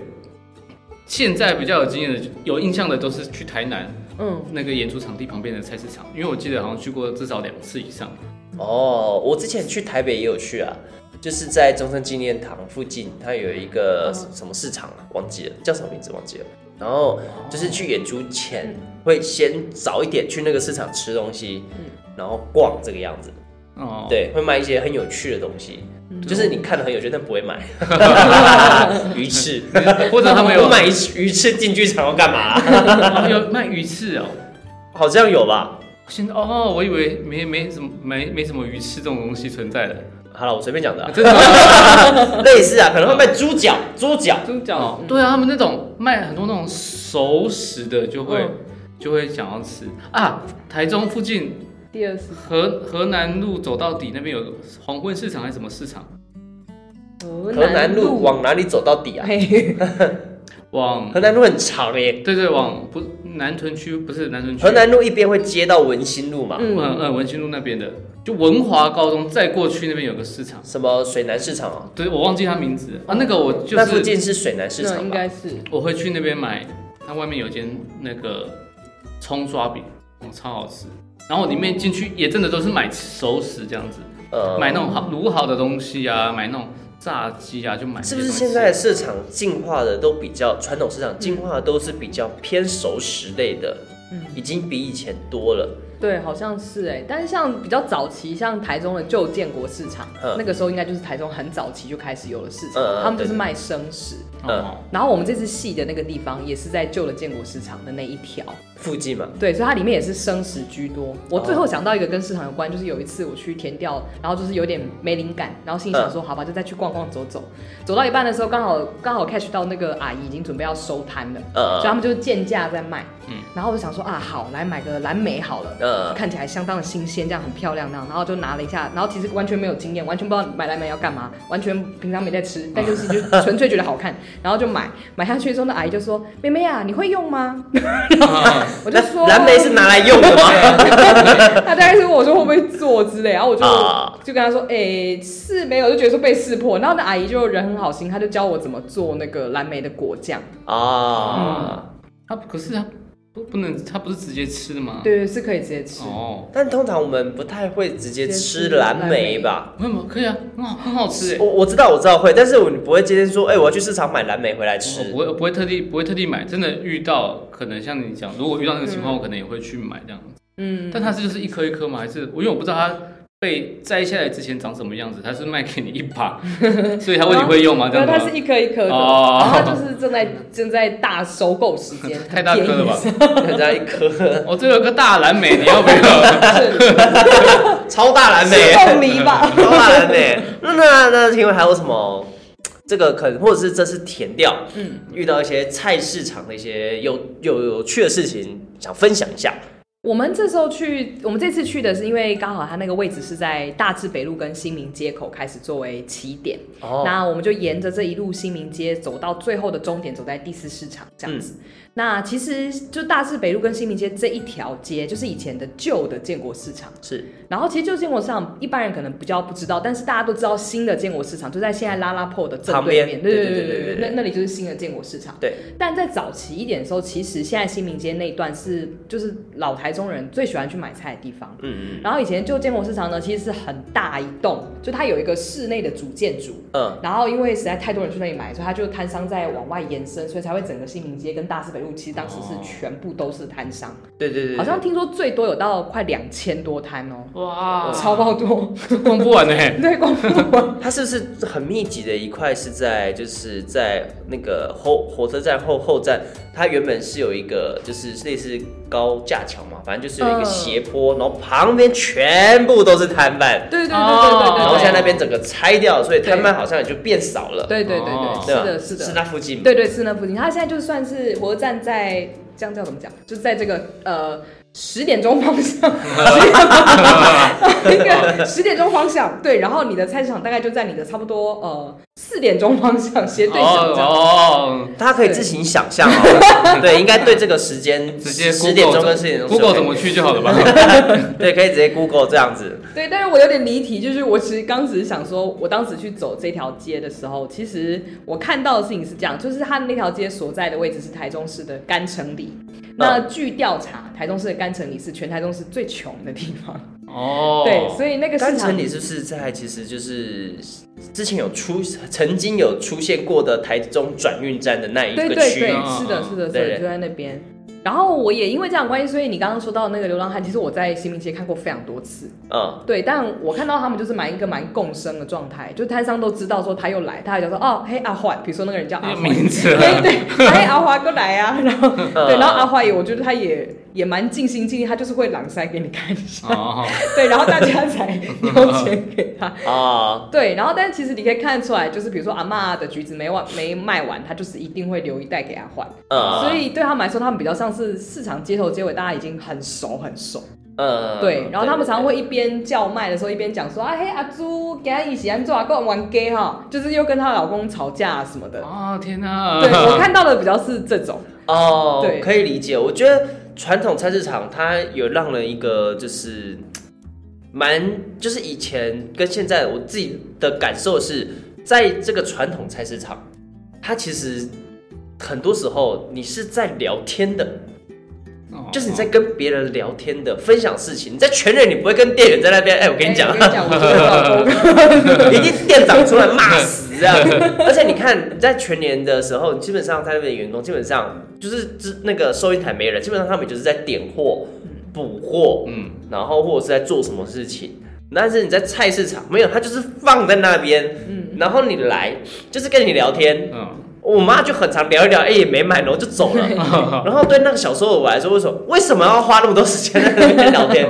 Speaker 4: 现在比较有经验的、有印象的都是去台南
Speaker 5: 嗯，
Speaker 4: 那个演出场地旁边的菜市场，因为我记得好像去过至少两次以上。
Speaker 3: 哦，我之前去台北也有去啊，就是在中正纪念堂附近，它有一个
Speaker 5: 嗯
Speaker 3: 什么市场啊，忘记了叫什么名字忘记了。然后就是去演出前会先早一点去那个市场吃东西，然后逛这个样子。
Speaker 4: 哦，，
Speaker 3: 对，会卖一些很有趣的东西，就是你看的很有趣，但不会买。鱼翅，
Speaker 4: 或者他们 有
Speaker 3: 我买鱼翅鱼翅进剧场要干嘛、啊
Speaker 4: 哦有卖鱼翅哦。
Speaker 3: 好像有吧？
Speaker 4: 现在哦，我以为没没什么没没什么鱼翅这种东西存在的，
Speaker 3: 好了，我随便讲的、啊，
Speaker 4: 真的吗
Speaker 3: 类似啊，可能会卖猪脚，猪脚。
Speaker 4: 真的假的？对啊，他们那种卖很多那种熟食的，就会、
Speaker 5: 嗯
Speaker 4: 就会想要吃啊。台中附近
Speaker 5: 第二次
Speaker 4: 河河南路走到底那边有个黄昏市场还是什么市场？
Speaker 5: 河
Speaker 3: 河南路往哪里走到底啊？
Speaker 5: 嘿
Speaker 4: 往
Speaker 3: 河南路很长耶、
Speaker 4: 对对往不南屯区不是南屯区，
Speaker 3: 河南路一边会接到文心路嘛，
Speaker 4: 嗯
Speaker 5: 嗯，
Speaker 4: 嗯文心路那边的，就文华高中再过去那边有个市场，
Speaker 3: 什么水南市场啊？
Speaker 4: 对我忘记他名字了啊，那个我就
Speaker 3: 那附
Speaker 4: 是
Speaker 3: 近是水南市
Speaker 5: 那
Speaker 3: 场
Speaker 5: 应
Speaker 3: 吧？
Speaker 5: 该是
Speaker 4: 我会去那边买，它外面有间那个葱抓饼，哦超好吃。然后里面进去也真的都是买熟食这样子，
Speaker 3: 呃
Speaker 4: 买那种好卤好的东西啊，买那种炸鸡啊，就买这
Speaker 3: 是
Speaker 4: 些
Speaker 3: 不
Speaker 4: 东西。
Speaker 3: 是现在的市场进化的都比较传统市场进化的都是比较偏熟食类的，已经比以前多了。
Speaker 5: 对，好像是哎、但是像比较早期，像台中的旧建国市场
Speaker 3: 嗯，
Speaker 5: 那个时候应该就是台中很早期就开始有了市场，
Speaker 3: 嗯嗯
Speaker 5: 他们就是
Speaker 3: 对对
Speaker 5: 卖生食。
Speaker 4: 哦
Speaker 5: 然后我们这次戏的那个地方也是在旧的建国市场的那一条，
Speaker 3: 附近嘛，
Speaker 5: 对，所以它里面也是生食居多。我最后想到一个跟市场有关，就是有一次我去填调，然后就是有点没灵感，然后心里想说，
Speaker 3: 嗯
Speaker 5: 好吧，就再去逛逛走走。走到一半的时候，刚好刚好 catch 到那个阿姨已经准备要收摊了，
Speaker 3: 呃嗯
Speaker 5: 所以他们就是贱价在卖。然后我就想说啊，好，来买个蓝莓好了，
Speaker 3: 呃
Speaker 5: 看起来相当的新鲜，这样很漂亮那样。然后就拿了一下，然后其实完全没有经验，完全不知道买蓝莓要干嘛，完全平常没在吃，但就是就纯粹觉得好看，然后就买。买下去之后，那阿姨就说：“妹妹啊，你会用吗？”
Speaker 3: 嗯
Speaker 5: 我就说：“
Speaker 3: 那蓝莓是拿来用的吗？
Speaker 5: 他大概是问我说会不会做之类，然后我就、
Speaker 3: 啊
Speaker 5: 就跟他说，哎、是没有，就觉得说被识破。然后那阿姨就人很好心，她就教我怎么做那个蓝莓的果酱，
Speaker 4: 嗯
Speaker 3: 嗯啊，
Speaker 4: 它可是它不不能，它不是直接吃的吗？，
Speaker 5: 对对，是可以直接吃。
Speaker 4: 哦，
Speaker 3: 但通常我们不太会直接吃蓝莓吧？
Speaker 4: 没有没有可以啊，很好很好吃哎
Speaker 3: 我。我知道我知道会，但是我你不会今天说，哎、我要去市场买蓝莓回来
Speaker 4: 我
Speaker 3: 吃
Speaker 4: 不。会，我不会特地，不会特地买。真的遇到，可能像你讲，如果遇到那个情况，我可能也会去买这样。
Speaker 5: 嗯，
Speaker 4: 但它是就是一颗一颗吗？还是我因为我不知道它被摘下来之前长什么样子，它是卖给你一 把，所以他问你会用吗？这
Speaker 5: 没有，
Speaker 4: 样
Speaker 5: 它
Speaker 4: 子
Speaker 5: 是
Speaker 4: 吗？
Speaker 5: 一颗一颗的，
Speaker 4: 哦
Speaker 5: 然后它就是正在正在大收购时间，
Speaker 4: 太大颗了吧？
Speaker 3: 人家一颗
Speaker 4: 哦我、这有个大蓝莓，你要不要？
Speaker 3: 超大蓝莓，
Speaker 5: 是凤梨吧？
Speaker 3: 超大蓝莓。那那那请问还有什么？这个可能或者是这是填掉，嗯，遇到一些菜市场的一些有有有趣的事情，想分享一下。
Speaker 5: 我们这时候去，我们这次去的是因为刚好它那个位置是在大智北路跟新民街口开始作为起点，
Speaker 3: 哦，
Speaker 5: 那我们就沿着这一路新民街走到最后的终点，走在第四市场这样子。那其实就大智北路跟新民街这一条街，就是以前的旧的建国市场。
Speaker 3: 是
Speaker 5: 然后其实旧建国市场一般人可能比较不知道，但是大家都知道新的建国市场就在现在拉拉破的正对面，
Speaker 3: 旁边
Speaker 5: 对
Speaker 3: 对
Speaker 5: 对
Speaker 3: 对对对对
Speaker 5: 那那里就是新的建国市场。
Speaker 3: 对，
Speaker 5: 但在早期一点的时候，其实现在新民街那一段是就是老台中人最喜欢去买菜的地方。
Speaker 3: 嗯嗯
Speaker 5: 然后以前旧建国市场呢，其实是很大一栋，就它有一个室内的主建筑，
Speaker 3: 嗯，
Speaker 5: 然后因为实在太多人去那里买，所以它就摊商在往外延伸，所以才会整个新民街跟大四北路，其实当时是全部都是摊商，
Speaker 3: 对对对，
Speaker 5: 好像听说最多有到快两千多摊哦，
Speaker 4: 哇，
Speaker 5: 超爆多，
Speaker 4: 逛不完呢、欸
Speaker 5: 对，光复完，
Speaker 3: 它是不是很密集的一块是在就是在那个后火车站后后站，它原本是有一个就是类似高架桥嘛，反正就是有一个
Speaker 5: 嗯
Speaker 3: 斜坡，然后旁边全部都是摊贩，
Speaker 5: 对对对对对对，
Speaker 3: 然后现在那边整个拆掉，所以摊贩好像也就变少了，
Speaker 5: 对对对
Speaker 4: 哦
Speaker 5: 对，是
Speaker 3: 对吧？
Speaker 5: 的，是的，
Speaker 3: 是那附近吗，
Speaker 5: 对对，是那附近。它现在就算是火车站在这样叫怎么讲，就是在这个呃十点钟方向，十点
Speaker 4: 哦
Speaker 5: 钟那个十点钟方向，对，然后你的菜市场大概就在你的差不多呃四点钟方向斜对角这样子。
Speaker 4: 哦，
Speaker 3: 大家可以自行想象哦。 对，应该对这个时间
Speaker 4: 直接
Speaker 3: 十点钟
Speaker 4: Google
Speaker 3: 跟四点钟
Speaker 4: Google 怎么去就好了 吧？
Speaker 3: 对，可以直接 Google 这样子。
Speaker 5: 对，但是我有点离题，就是我其实刚只是想说，我当时去走这条街的时候，其实我看到的事情是这样，就是它的那条街所在的位置是台中市的干城里。
Speaker 3: 嗯
Speaker 5: 那据调查，台中市的干城里是全台中市最穷的地方。
Speaker 4: 哦，
Speaker 5: 对，所以那个
Speaker 3: 甘
Speaker 5: 市
Speaker 3: 城
Speaker 5: 场
Speaker 3: 里是不是在其实就是之前有出曾经有出现过的台中转运站的那一
Speaker 5: 对
Speaker 3: 个
Speaker 5: 对
Speaker 3: 区域
Speaker 5: 对，
Speaker 4: 啊
Speaker 5: 是的，是的，是
Speaker 3: 对
Speaker 5: 的，就在那边。然后我也因为这样的关系，所以你刚刚说到那个流浪汉，其实我在新民街看过非常多次。
Speaker 3: 嗯，
Speaker 5: 对，但我看到他们就是蛮一个蛮共生的状态，就摊商都知道说他又来，他还讲说哦嘿阿华，比如说那个人叫
Speaker 4: 那
Speaker 5: 阿
Speaker 4: 个
Speaker 5: 华，
Speaker 4: 名字啊，嗯
Speaker 5: 对对， 嘿阿华过 来啊，然后对，
Speaker 3: 对
Speaker 5: 然后阿华也我觉得他也也蛮尽心尽力，他就是会朗塞给你看一下，
Speaker 4: 哦，
Speaker 5: 对，然后大家 才掏钱给他。
Speaker 3: 啊，
Speaker 5: 对，然后但其实你可以看得出来，就是比如说阿嬷的橘子没完没卖完，他就是一定会留一袋给阿焕，
Speaker 3: 嗯，
Speaker 5: 所以对他们来说，他们比较像是市场街头街尾，大家已经很熟很熟。
Speaker 3: 嗯，
Speaker 5: 对，然后他们常常
Speaker 3: 对
Speaker 5: 会一边叫卖的时候，一边讲说啊嘿阿朱，给他一起安做啊，跟我玩 gay 哈，就是又跟她老公吵架啊什么的。
Speaker 4: 哦， 天
Speaker 3: 嗯
Speaker 4: 哪！
Speaker 5: 对我看到的比较是这种，
Speaker 3: 哦
Speaker 5: 对，
Speaker 3: 可以理解。我觉得传统菜市场它有让人一个就是蛮，就是以前跟现在我自己的感受是，在这个传统菜市场，它其实很多时候你是在聊天
Speaker 5: 嗯
Speaker 3: 的，
Speaker 4: 哦
Speaker 3: 就是你在跟别人聊天的，分享事情。你在全人，你不会跟店员在那边，哎、我跟你讲
Speaker 5: 哎我，跟你讲，我觉得老公
Speaker 3: 一定店长出来骂死这样。而且你看，在全年的时候，基本上他那边的员工基本上就是只那个收银台没人，基本上他们就是在点货、补货，
Speaker 4: 嗯，
Speaker 3: 然后或者是在做什么事情。但是你在菜市场没有，他就是放在那边，然后你来就是跟你聊天。
Speaker 4: 嗯，
Speaker 3: 我妈就很常聊一聊，哎、也没买，然后就走了。然后对那个小时候的我来说，为什么为什么要花那么多时间在那边聊天？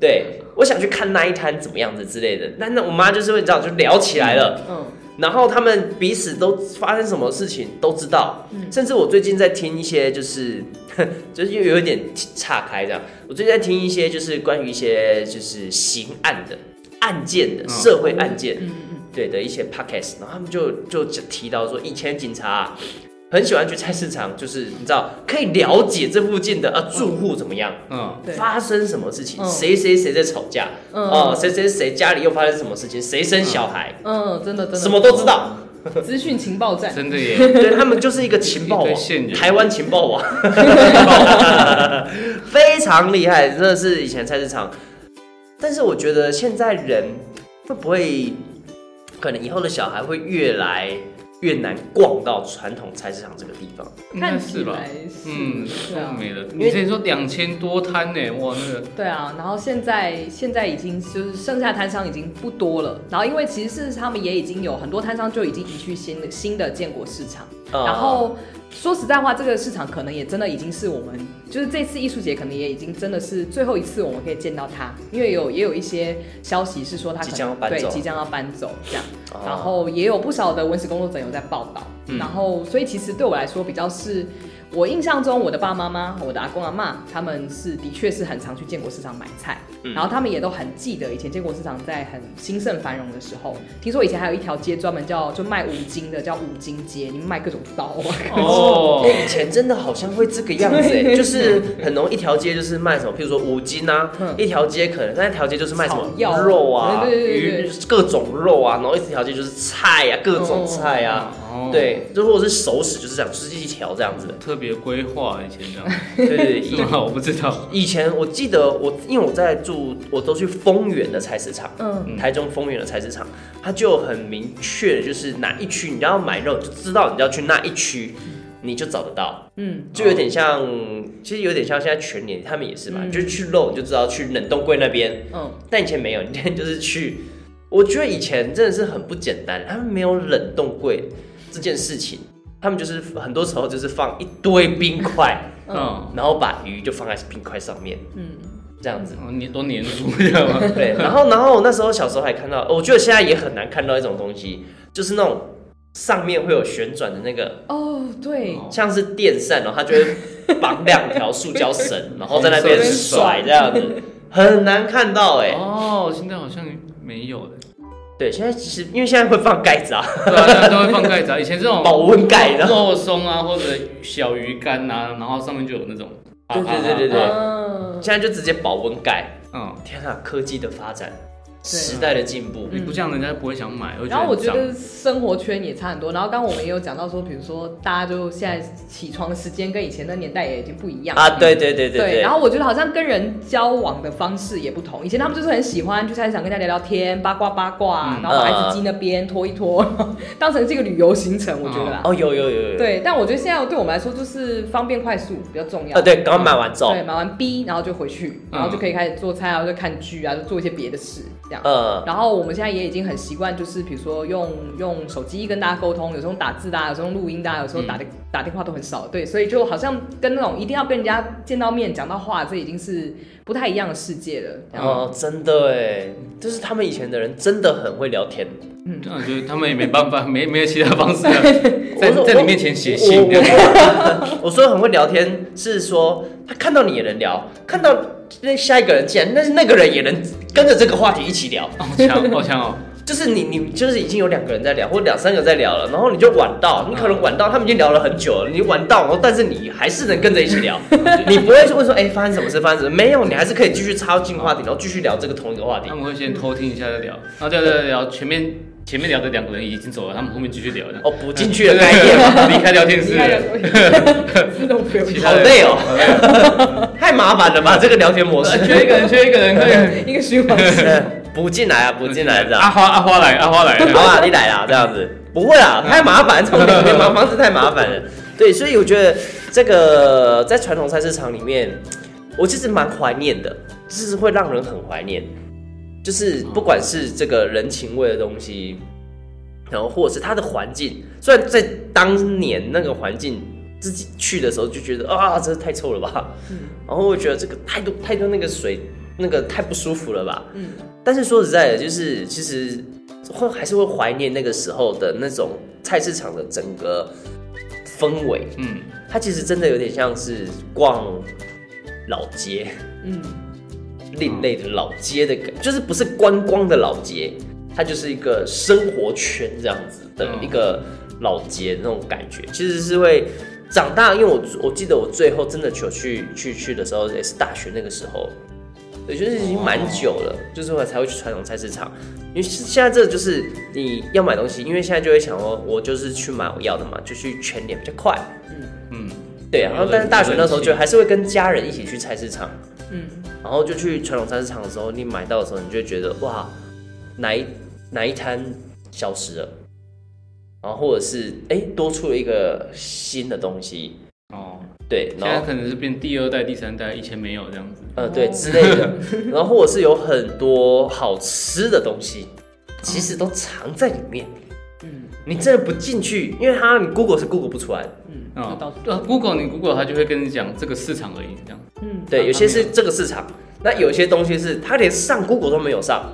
Speaker 3: 对，我想去看那一摊怎么样子之类的。那那我妈就是会这样就聊起来了。
Speaker 5: 嗯
Speaker 3: 然后他们彼此都发生什么事情都知道，
Speaker 5: 嗯
Speaker 3: 甚至我最近在听一些就是， 就是又有一点岔开这样。我最近在听一些就是关于一些就是刑案的案件的社会案件，
Speaker 5: 嗯
Speaker 3: 对的一些 podcast，然后他们就就提到说，以前警察啊、很喜欢去菜市场，就是你知道可以了解这附近的呃住户怎么样。
Speaker 4: 嗯，
Speaker 5: 对
Speaker 3: 发生什么事情，
Speaker 5: 嗯
Speaker 3: 谁谁谁在吵架，
Speaker 5: 嗯
Speaker 3: 哦，谁谁谁家里又发生什么事情，谁生小孩，
Speaker 5: 嗯，真的真的
Speaker 3: 什么都知道。
Speaker 5: 资讯情报站，
Speaker 4: 真的耶，
Speaker 3: 对他们就是一个情报
Speaker 4: 一堆
Speaker 3: 网
Speaker 4: 线，人
Speaker 3: 台湾情报 网，非常厉害，真的是以前菜市场。但是我觉得现在人会不会，可能以后的小孩会越来越难逛到传统菜市场这个地方，
Speaker 4: 应该
Speaker 5: 看
Speaker 4: 是
Speaker 5: 起
Speaker 4: 吧
Speaker 5: 来？是
Speaker 4: 嗯，
Speaker 5: 对啊
Speaker 4: 都没了。你之前说两千多摊呢，哇，那个
Speaker 5: 对啊，然后现在现在已经就是剩下摊商已经不多了，然后因为其实是他们也已经有很多摊商就已经移去新的新的建国市场，
Speaker 3: 啊
Speaker 5: 然后说实在话，这个市场可能也真的已经是我们就是这次艺术节可能也已经真的是最后一次我们可以见到他，因为有也有一些消息是说他可能
Speaker 3: 即将要搬
Speaker 5: 对
Speaker 3: 走
Speaker 5: 即将要搬走这样，
Speaker 3: 哦嗯
Speaker 5: 然后也有不少的文史工作者有在报道，然后所以其实对我来说比较是。我印象中，我的爸爸妈妈、我的阿公阿妈，他们是的确是很常去建国市场买菜，
Speaker 3: 嗯
Speaker 5: 然后他们也都很记得以前建国市场在很兴盛繁荣的时候，听说以前还有一条街专门叫就卖五金的，叫五金街，你们卖各种刀啊。
Speaker 4: 哦
Speaker 3: 哎、，以前真的好像会这个样子、哎，
Speaker 5: 对
Speaker 3: 就是很容易一条街就是卖什么，譬如说五金啊，
Speaker 5: 嗯
Speaker 3: 一条街可能那一条街就是卖什么
Speaker 5: 草药啊
Speaker 3: 肉啊、
Speaker 5: 对对对对哦
Speaker 3: 鱼各种肉啊，然后一条街就是菜啊，各种菜啊，
Speaker 4: 哦，
Speaker 3: 对，就或者是熟食，就是这样，就是一条这样子的。
Speaker 4: 特别规划以前这样，
Speaker 3: 对对对， 以
Speaker 4: 是吗？我不知道，
Speaker 3: 以前我记得我，因为我在住，我都去丰原的菜市场，
Speaker 5: 嗯，
Speaker 3: 台中丰原的菜市场，它就很明确，就是哪一区你要买肉，就知道你要去那一区，你就找得到。
Speaker 5: 嗯，
Speaker 3: 就有点像，其实有点像现在全年他们也是嘛，就是去肉你就知道去冷冻柜那边，
Speaker 5: 嗯，
Speaker 3: 但以前没有， 以前就是去。我觉得以前真的是很不简单，他们没有冷冻柜这件事情，他们就是很多时候就是放一堆冰块，
Speaker 4: 嗯，
Speaker 3: 然后把鱼就放在冰块上面，嗯，这样子。
Speaker 4: 哦你都黏住知道吗？
Speaker 3: 对，然后然后我那时候小时候还看到，我觉得现在也很难看到一种东西，就是那种上面会有旋转的那个，
Speaker 5: 哦，对，
Speaker 3: 像是电扇，然后它就会绑两条塑胶绳，然后在那 边
Speaker 5: 在那边
Speaker 3: 甩
Speaker 5: 甩
Speaker 3: 这样子，很难看到哎、
Speaker 4: 哦，现在好像没有了。
Speaker 3: 对，现在其实因为现在会放盖子啊，
Speaker 4: 对啊，现在都会放盖子啊。以前
Speaker 5: 哦
Speaker 4: 这种
Speaker 3: 保温盖的。
Speaker 4: 肉松啊，或者小鱼干啊，然后上面就有那种。
Speaker 3: 对对对对对
Speaker 4: 啊啊啊
Speaker 5: 嗯，
Speaker 3: 现在就直接保温盖。
Speaker 4: 啊嗯，
Speaker 3: 天啊，科技的发展，时代的进步，
Speaker 5: 嗯
Speaker 4: 你不这样，人家不会想买。
Speaker 5: 然后我觉
Speaker 4: 很脏
Speaker 5: 得生活圈也差很多。然后刚刚我们也有讲到说，比如说大家就现在起床的时间跟以前的年代也已经不一样了
Speaker 3: 啊，对对对对
Speaker 5: 对，
Speaker 3: 对
Speaker 5: 然，后我觉得好像跟人交往的方式也不同。以前他们就是很喜欢去菜市场跟大家聊聊天，八卦八卦，啊
Speaker 4: 嗯
Speaker 5: 然后把孩子机那边拖一拖， 当成是一个旅游行程，我觉得啦。
Speaker 3: 哦有有有有有，
Speaker 5: 对，但我觉得现在对我们来说就是方便快速比较重要。
Speaker 3: 啊对，刚买完之后
Speaker 5: 嗯对，，买完 B，然后就回去，然后就可以开始做菜啊，然后就看剧啊，就做一些别的事这样。
Speaker 3: 呃，
Speaker 5: 然后我们现在也已经很习惯，就是比如说用用手机跟大家沟通，有时候用打字的、啊，有时候用录音的、啊，有时候
Speaker 4: 嗯
Speaker 5: 打的、打电话都很少，对，所以就好像跟那种一定要跟人家见到面讲到话，这已经是不太一样的世界了。这样
Speaker 3: 哦真的哎，就是他们以前的人真的很会聊天，
Speaker 4: 嗯，就是他们也没办法，没没有其他方式了，在
Speaker 3: 我
Speaker 4: 在你面前写信
Speaker 3: 我
Speaker 4: 这样。
Speaker 3: 我我说很会聊天是说他看到你也能聊，看到那下一个人进来，但是那个人也能跟着这个话题一起聊，
Speaker 4: 好强，好强哦！
Speaker 3: 就是你你就是已经有两个人在聊，或两三个在聊了，然后你就晚到，你可能晚到，他们已经聊了很久了，你晚到，然后但是你还是能跟着一起 聊，你不会问说哎、发生什么事发生什么事，没有，你还是可以继续插进话题，然后继续聊这个同一个话题
Speaker 4: 他。们会先偷听一下再聊，啊，对对对，聊前面前面聊的两个人已经走了，他们后面继续聊。
Speaker 3: 哦，补进去的概念，
Speaker 4: 离开聊天室
Speaker 5: 厉，害了，自动不用
Speaker 4: 其
Speaker 3: 好
Speaker 4: 他人
Speaker 3: 累哦， 太麻烦了吧这个聊天模
Speaker 4: 啊
Speaker 3: 式。
Speaker 4: 缺一个人，缺一个人，快点
Speaker 5: 一个循环。
Speaker 3: 补进来啊，补进来这
Speaker 4: 阿
Speaker 3: 样。
Speaker 4: 花阿花来，阿花 来，
Speaker 3: 好啊，你来啦，这样子不会啦，太麻烦，这种两间房子太麻烦了。 对，所以我觉得这个在传统菜市场里面，我其实蛮怀念的，就是会让人很怀念，就是不管是这个人情味的东西，然后或者是它的环境，虽然在当年那个环境。自己去的时候就觉得啊，真是太臭了吧，然后我觉得这个太多太多那个水那个太不舒服了吧，
Speaker 5: 嗯，
Speaker 3: 但是说实在的，就是其实会还是会怀念那个时候的那种菜市场的整个氛围。
Speaker 4: 嗯，
Speaker 3: 它其实真的有点像是逛老街，
Speaker 5: 嗯，
Speaker 3: 另类的老街的感，就是不是观光的老街，它就是一个生活圈这样子的
Speaker 4: 嗯
Speaker 3: 一个老街那种感觉，其实是会。长大，因为我我记得我最后真的求去去去的时候，也是大学那个时候，对，就是已经蛮久了，就是我才会去传统菜市场。因为现在这个就是你要买东西，因为现在就会想说，我就是去买我要的嘛，就去全联比较快。
Speaker 4: 嗯，
Speaker 3: 对啊，然后但是大学那时候就还是会跟家人一起去菜市场，
Speaker 5: 嗯，
Speaker 3: 然后就去传统菜市场的时候，你买到的时候，你就会觉得哇，哪一哪一摊消失了，然后或者是哎、多出了一个新的东西，
Speaker 4: 哦，
Speaker 3: 对，
Speaker 4: 现
Speaker 3: 然
Speaker 4: 在
Speaker 3: 后
Speaker 4: 可能是变第二代、第三代，以前没有这样子。
Speaker 3: 呃对之类的，然后或者是有很多好吃的东西，其实都藏在里面，嗯，你真的不进去，因为它你 Google 是 Google 不出来的，
Speaker 5: 嗯，
Speaker 4: 啊
Speaker 5: 这倒是，
Speaker 4: 呃，Google 你 Google 它就会跟你讲这个市场而已，这样。
Speaker 5: 嗯
Speaker 3: 对，有些是这个市场，那有些东西是它连上 Google 都没有上。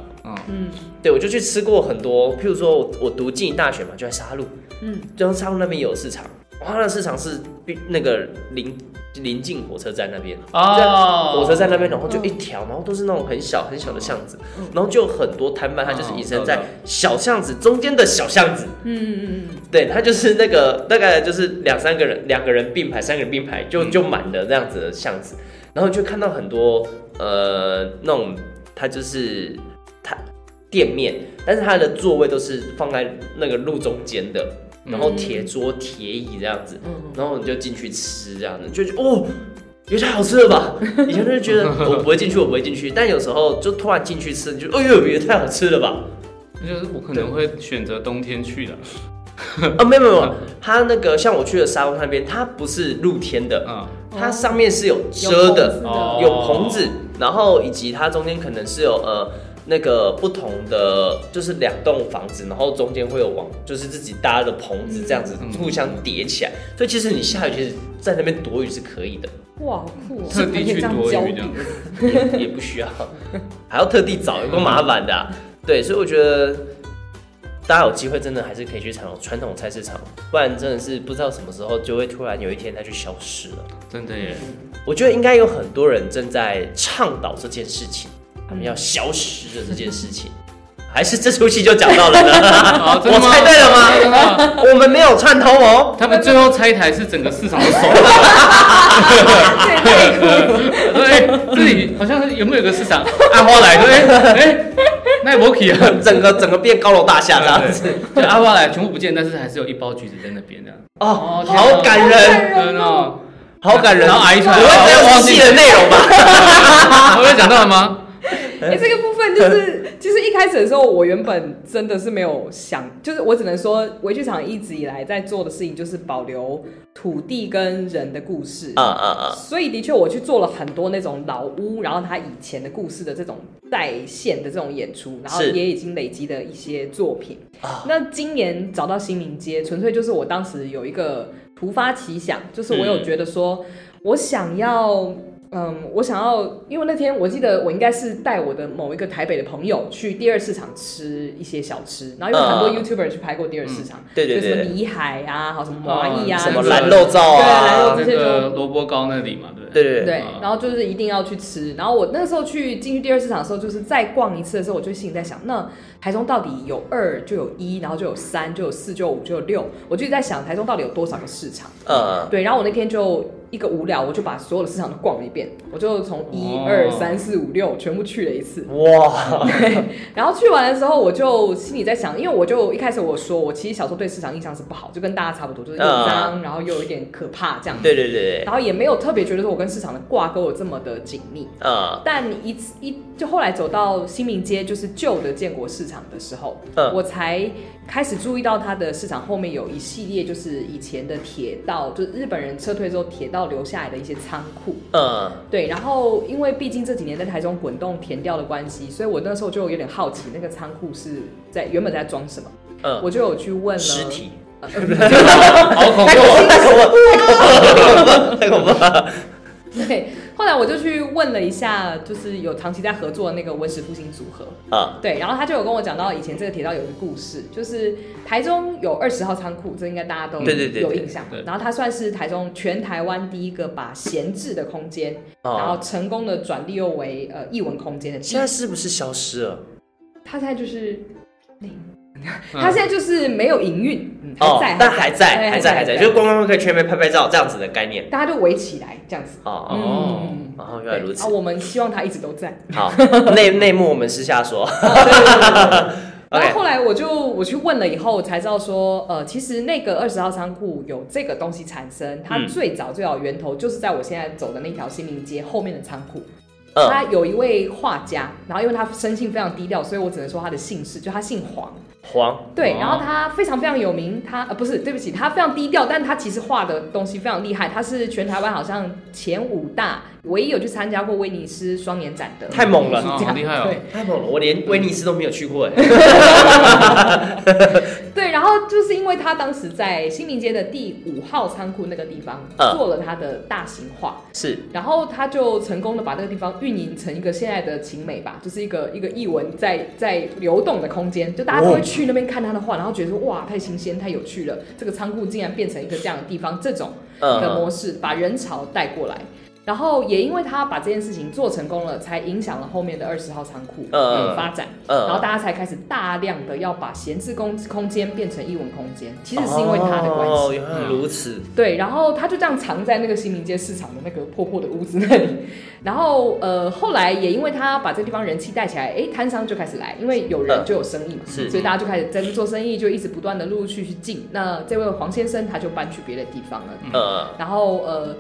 Speaker 5: 嗯
Speaker 3: 对，我就去吃过很多，譬如说我我读静宜大学嘛，就在沙鹿，
Speaker 5: 嗯，
Speaker 3: 就沙鹿那边有市场，哇，那市场是比那个临临近火车站那边，
Speaker 4: 哦
Speaker 3: 火车站那边，然后就一条，然后都是那种很小很小的巷子，然后就有很多摊贩，它就是隐身在
Speaker 4: 嗯
Speaker 3: 小巷子中间的小巷子，
Speaker 5: 嗯嗯嗯，
Speaker 3: 对，它就是 那个大概就是两三个人，两个人并排，三个人并排，就就满了这样子的巷子，然后就看到很多呃那种，它就是它店面，但是它的座位都是放在那个路中间的，然后铁桌铁椅这样子，然后你就进去吃这样子，就觉得哦。有些好吃的吧，以前就觉得哦我不会进去，我不会进去，但有时候就突然进去吃，你就哎呦，也太好吃了吧，
Speaker 4: 那就是我可能会选择冬天去的。
Speaker 3: 啊，没有没有没有，它那个像我去的沙湾那边，它不是露天的，
Speaker 4: 嗯，
Speaker 3: 它上面是有遮的，
Speaker 4: 哦
Speaker 3: 有棚子，然后以及它中间可能是有呃那个不同的，就是两栋房子，然后中间会有网，就是自己搭的棚子这样子
Speaker 4: 嗯
Speaker 3: 互相叠起来，所以其实你下雨其实在那边躲雨是可以的，
Speaker 5: 哇，好酷哦！
Speaker 4: 特地去
Speaker 5: 还可以
Speaker 4: 躲
Speaker 5: 这样
Speaker 4: 雨这
Speaker 5: 交
Speaker 4: 样
Speaker 5: 叠。
Speaker 3: 也也不需要，还要特地找，有够麻烦的啊、对，所以我觉得大家有机会真的还是可以去尝传统菜市场，不然真的是不知道什么时候就会突然有一天它就消失了。
Speaker 4: 真的耶，
Speaker 3: 我觉得应该有很多人正在倡导这件事情，
Speaker 4: 嗯
Speaker 3: 他们要消失的这件事情。还是这出戏就讲到了呢？
Speaker 4: 啊真的
Speaker 3: 啊我
Speaker 4: 吗
Speaker 3: 猜对了吗？我们没有串通 哦。
Speaker 4: 他们最后拆台是整个市场都收了。对，这里好像有没有一个市 场
Speaker 3: 啊
Speaker 4: 阿花来？对，哎，那也不可以啊。
Speaker 3: 整个整个变高楼大厦这样子
Speaker 4: 对，阿花来全部不见，但是还是有一包橘子在那边的。
Speaker 3: 哦，
Speaker 4: 天啊
Speaker 3: 好感人，
Speaker 4: 真的哦，
Speaker 3: 好感人。
Speaker 4: 然后阿姨
Speaker 3: 不
Speaker 4: 传来
Speaker 3: 会这样是戏的内容吧？
Speaker 4: 我有讲到了吗？
Speaker 5: 哎、这个部分就是，其实一开始的时候，我原本真的是没有想，就是我只能说，微剧场一直以来在做的事情就是保留土地跟人的故事。
Speaker 3: 啊啊啊！
Speaker 5: 所以的确，我去做了很多那种老屋，然后他以前的故事的这种再现的这种演出，然后
Speaker 3: 是啊
Speaker 5: 也已经累积的一些作品。那今年找到新民街，纯粹就是我当时有一个突发奇想，就是我有觉得说，我想要。嗯，我想要，因为那天我记得我应该是带我的某一个台北的朋友去第二市场吃一些小吃，然后有很多
Speaker 3: 嗯
Speaker 5: YouTuber 去拍过第二市场，
Speaker 3: 对对
Speaker 5: 就什
Speaker 3: 对
Speaker 5: 么
Speaker 3: 对
Speaker 5: 米海啊，好什么蚂蚁啊，
Speaker 3: 什么
Speaker 5: 这种
Speaker 3: 蓝肉燥啊？
Speaker 4: 那个萝卜糕那里嘛，对不
Speaker 3: 对
Speaker 4: 对？啊
Speaker 3: 对对，
Speaker 5: 对，然后就是一定要去吃。然后我那时候去进去第二市场的时候，就是再逛一次的时候，我就心里在想，那台中到底有二就有一，然后就有三就有四就有五就有六，我就一直在想台中到底有多少个市场。
Speaker 3: 嗯，
Speaker 5: 对，然后我那天就一个无聊，我就把所有的市场都逛了一遍，我就从一
Speaker 4: 哦
Speaker 5: 二三四五六全部去了一次。
Speaker 3: 哇，
Speaker 5: 然后去完的时候，我就心里在想，因为我就一开始我说，我其实小时候对市场印象是不好，就跟大家差不多，就是又
Speaker 3: 嗯
Speaker 5: 脏，然后又有一点可怕这样子。
Speaker 3: 对对对对，
Speaker 5: 然后也没有特别觉得说我跟市场的挂钩有这么的紧密。
Speaker 3: 嗯
Speaker 5: 但一次一就后来走到新民街，就是旧的建国市场的时候，
Speaker 3: 嗯
Speaker 5: 我才开始注意到它的市场后面有一系列就是以前的铁道，就是日本人撤退之后铁道留下来的一些仓库。
Speaker 3: 嗯，
Speaker 5: 对，然后因为毕竟这几年在台中滚动填掉的关系，所以我那时候就有点好奇那个仓库是在原本在装什么，
Speaker 3: 嗯
Speaker 5: 我就有去问了哦
Speaker 3: 尸体。
Speaker 5: 呃呃不是
Speaker 3: 好恐怖！太恐怖！ 太恐怖！了！
Speaker 5: 对，后来我就去问了一下，就是有长期在合作的那个文史复兴组合，
Speaker 3: 啊，
Speaker 5: 对，然后他就有跟我讲到以前这个铁道有一个故事，就是台中有二十号仓库，这应该大家都
Speaker 3: 对对对
Speaker 5: 有
Speaker 3: 对
Speaker 5: 印象
Speaker 4: 对。
Speaker 5: 然后它算是台中全台湾第一个把闲置的空间，然后
Speaker 3: 哦，
Speaker 5: 成功的转利用为呃艺文空间的地
Speaker 3: 现在是不是消失了？
Speaker 5: 它现在就是零，它现在就是没有营运，嗯，还在，
Speaker 3: 嗯哦
Speaker 5: 哎
Speaker 3: 但还在，
Speaker 5: 对
Speaker 3: 还在，还在，就是观光客可以去那边拍拍照这样子的概念。
Speaker 5: 大家就围起来这样子。
Speaker 3: 哦，
Speaker 4: 哦
Speaker 5: 嗯，
Speaker 3: 然后原来
Speaker 5: 对
Speaker 3: 如
Speaker 5: 啊，
Speaker 3: 此。
Speaker 5: 我们希望它一直都 在。 哦
Speaker 3: 好，内内幕我们私下说。
Speaker 5: 然
Speaker 3: OK，
Speaker 5: 后后来我就我去问了以后，我才知道说，呃，其实那个二十号仓库有这个东西产生，它
Speaker 3: 嗯
Speaker 5: 最早最早源头就是在我现在走的那条新民街后面的仓库。
Speaker 3: 嗯，
Speaker 5: 他有一位画家，然后因为他生性非常低调，所以我只能说他的姓氏，就他姓黄。
Speaker 3: 黄，
Speaker 5: 对
Speaker 4: 哦，
Speaker 5: 然后他非常非常有名，他呃不是，对不起，他非常低调，但他其实画的东西非常厉害，他是全台湾好像前五大唯一有去参加过威尼斯双年展的。
Speaker 3: 太猛
Speaker 4: 哦
Speaker 3: 了，
Speaker 4: 好厉害哦
Speaker 5: 对，
Speaker 3: 太猛了！我
Speaker 5: 嗯
Speaker 3: 连威尼斯都没有去过哎。
Speaker 5: 对，然后就是因为他当时在新民街的第五号仓库那个地方
Speaker 3: 嗯
Speaker 5: 做了他的大型画，
Speaker 3: 是，
Speaker 5: 然后他就成功的把这个地方运营成一个现在的晴美吧，就是一个一个艺文在在流动的空间，就大家都会去那边看他的画，然后觉得说哇太新鲜太有趣了，这个仓库竟然变成一个这样的地方，这种的
Speaker 3: 嗯
Speaker 5: 模式把人潮带过来。然后也因为他把这件事情做成功了，才影响了后面的二十号仓库
Speaker 3: 嗯
Speaker 5: 的发展。然后
Speaker 3: 嗯，
Speaker 5: 大家才开始大量的要把闲置空空间变成艺文空间，其实是因为他的关系。
Speaker 3: 哦，原来如此。
Speaker 5: 对，然后他就这样藏在那个新民街市场的那个破破的屋子那里，然后呃，后来也因为他把这地方人气带起来，哎，摊商就开始来，因为有人就有生意嘛，
Speaker 3: 呃是
Speaker 5: 所以大家就开始在做生意，就一直不断的陆陆续续进。那这位黄先生他就搬去别的地方了，
Speaker 3: 嗯
Speaker 5: 然后呃，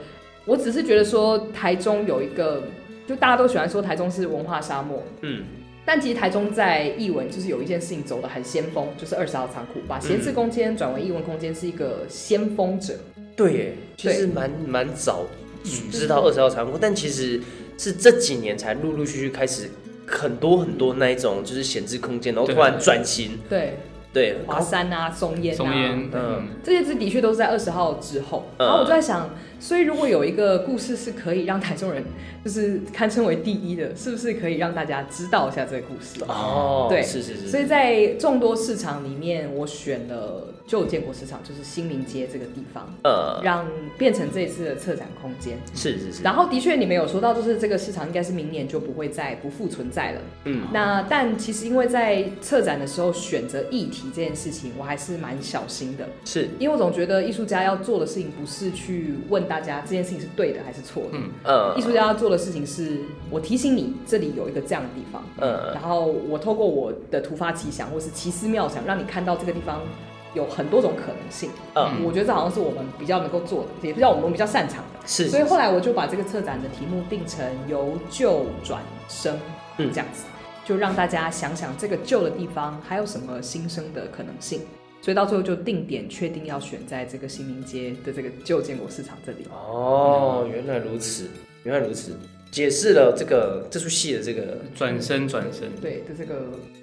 Speaker 5: 我只是觉得说台中有一个，就大家都喜欢说台中是文化沙漠，
Speaker 3: 嗯，
Speaker 5: 但其实台中在艺文就是有一件事情走得很先锋，就是二十号仓库把闲置空间转为艺文空间是一个先锋者。
Speaker 3: 对耶，其实蛮蛮早
Speaker 5: 嗯
Speaker 3: 知道二十号仓库，但其实是这几年才陆陆续续开始很多很多那一种就是闲置空间，然后
Speaker 4: 对
Speaker 3: 突然转型
Speaker 5: 对
Speaker 3: 对，
Speaker 5: 华山啊、松烟、啊、
Speaker 4: 松烟，
Speaker 3: 嗯
Speaker 4: 嗯，
Speaker 5: 这些字的确都是在二十号之后，
Speaker 3: 嗯
Speaker 5: 然后我就在想，所以如果有一个故事是可以让台中人就是堪称为第一的，是不是可以让大家知道一下这个故事？
Speaker 3: 哦，
Speaker 5: 对
Speaker 3: 是是是，
Speaker 5: 所以在众多市场里面，我选了旧建国市场，就是新民街这个地方，
Speaker 3: 呃，
Speaker 5: 让变成这一次的策展空间。
Speaker 3: 是是是，
Speaker 5: 然后的确，你们有说到，就是这个市场应该是明年就不会再不复存在了。
Speaker 3: 嗯，
Speaker 5: 那但其实因为在策展的时候选择议题这件事情，我还是蛮小心的，
Speaker 3: 是
Speaker 5: 因为我总觉得艺术家要做的事情不是去问大家这件事情是对的还是错的。
Speaker 4: 嗯
Speaker 3: 呃
Speaker 5: 艺，术家要做的事情是，我提醒你这里有一个这样的地方，
Speaker 3: 呃，
Speaker 5: 然后我透过我的突发奇想或是奇思妙想，让你看到这个地方有很多种可能性。
Speaker 3: 嗯
Speaker 5: 我觉得这好像是我们比较能够做的，也比较我们比较擅长的。
Speaker 3: 是，
Speaker 5: 所以
Speaker 3: 是
Speaker 5: 后来我就把这个策展的题目定成由旧转生，
Speaker 3: 嗯
Speaker 5: 这样子，就让大家想想这个旧的地方还有什么新生的可能性。所以到最后就定点确定要选在这个新民街的这个旧建国市场这里。
Speaker 3: 哦，原来如此，原来如此，解释了这个这出戏的这个
Speaker 4: 转身转身，
Speaker 5: 对的这个，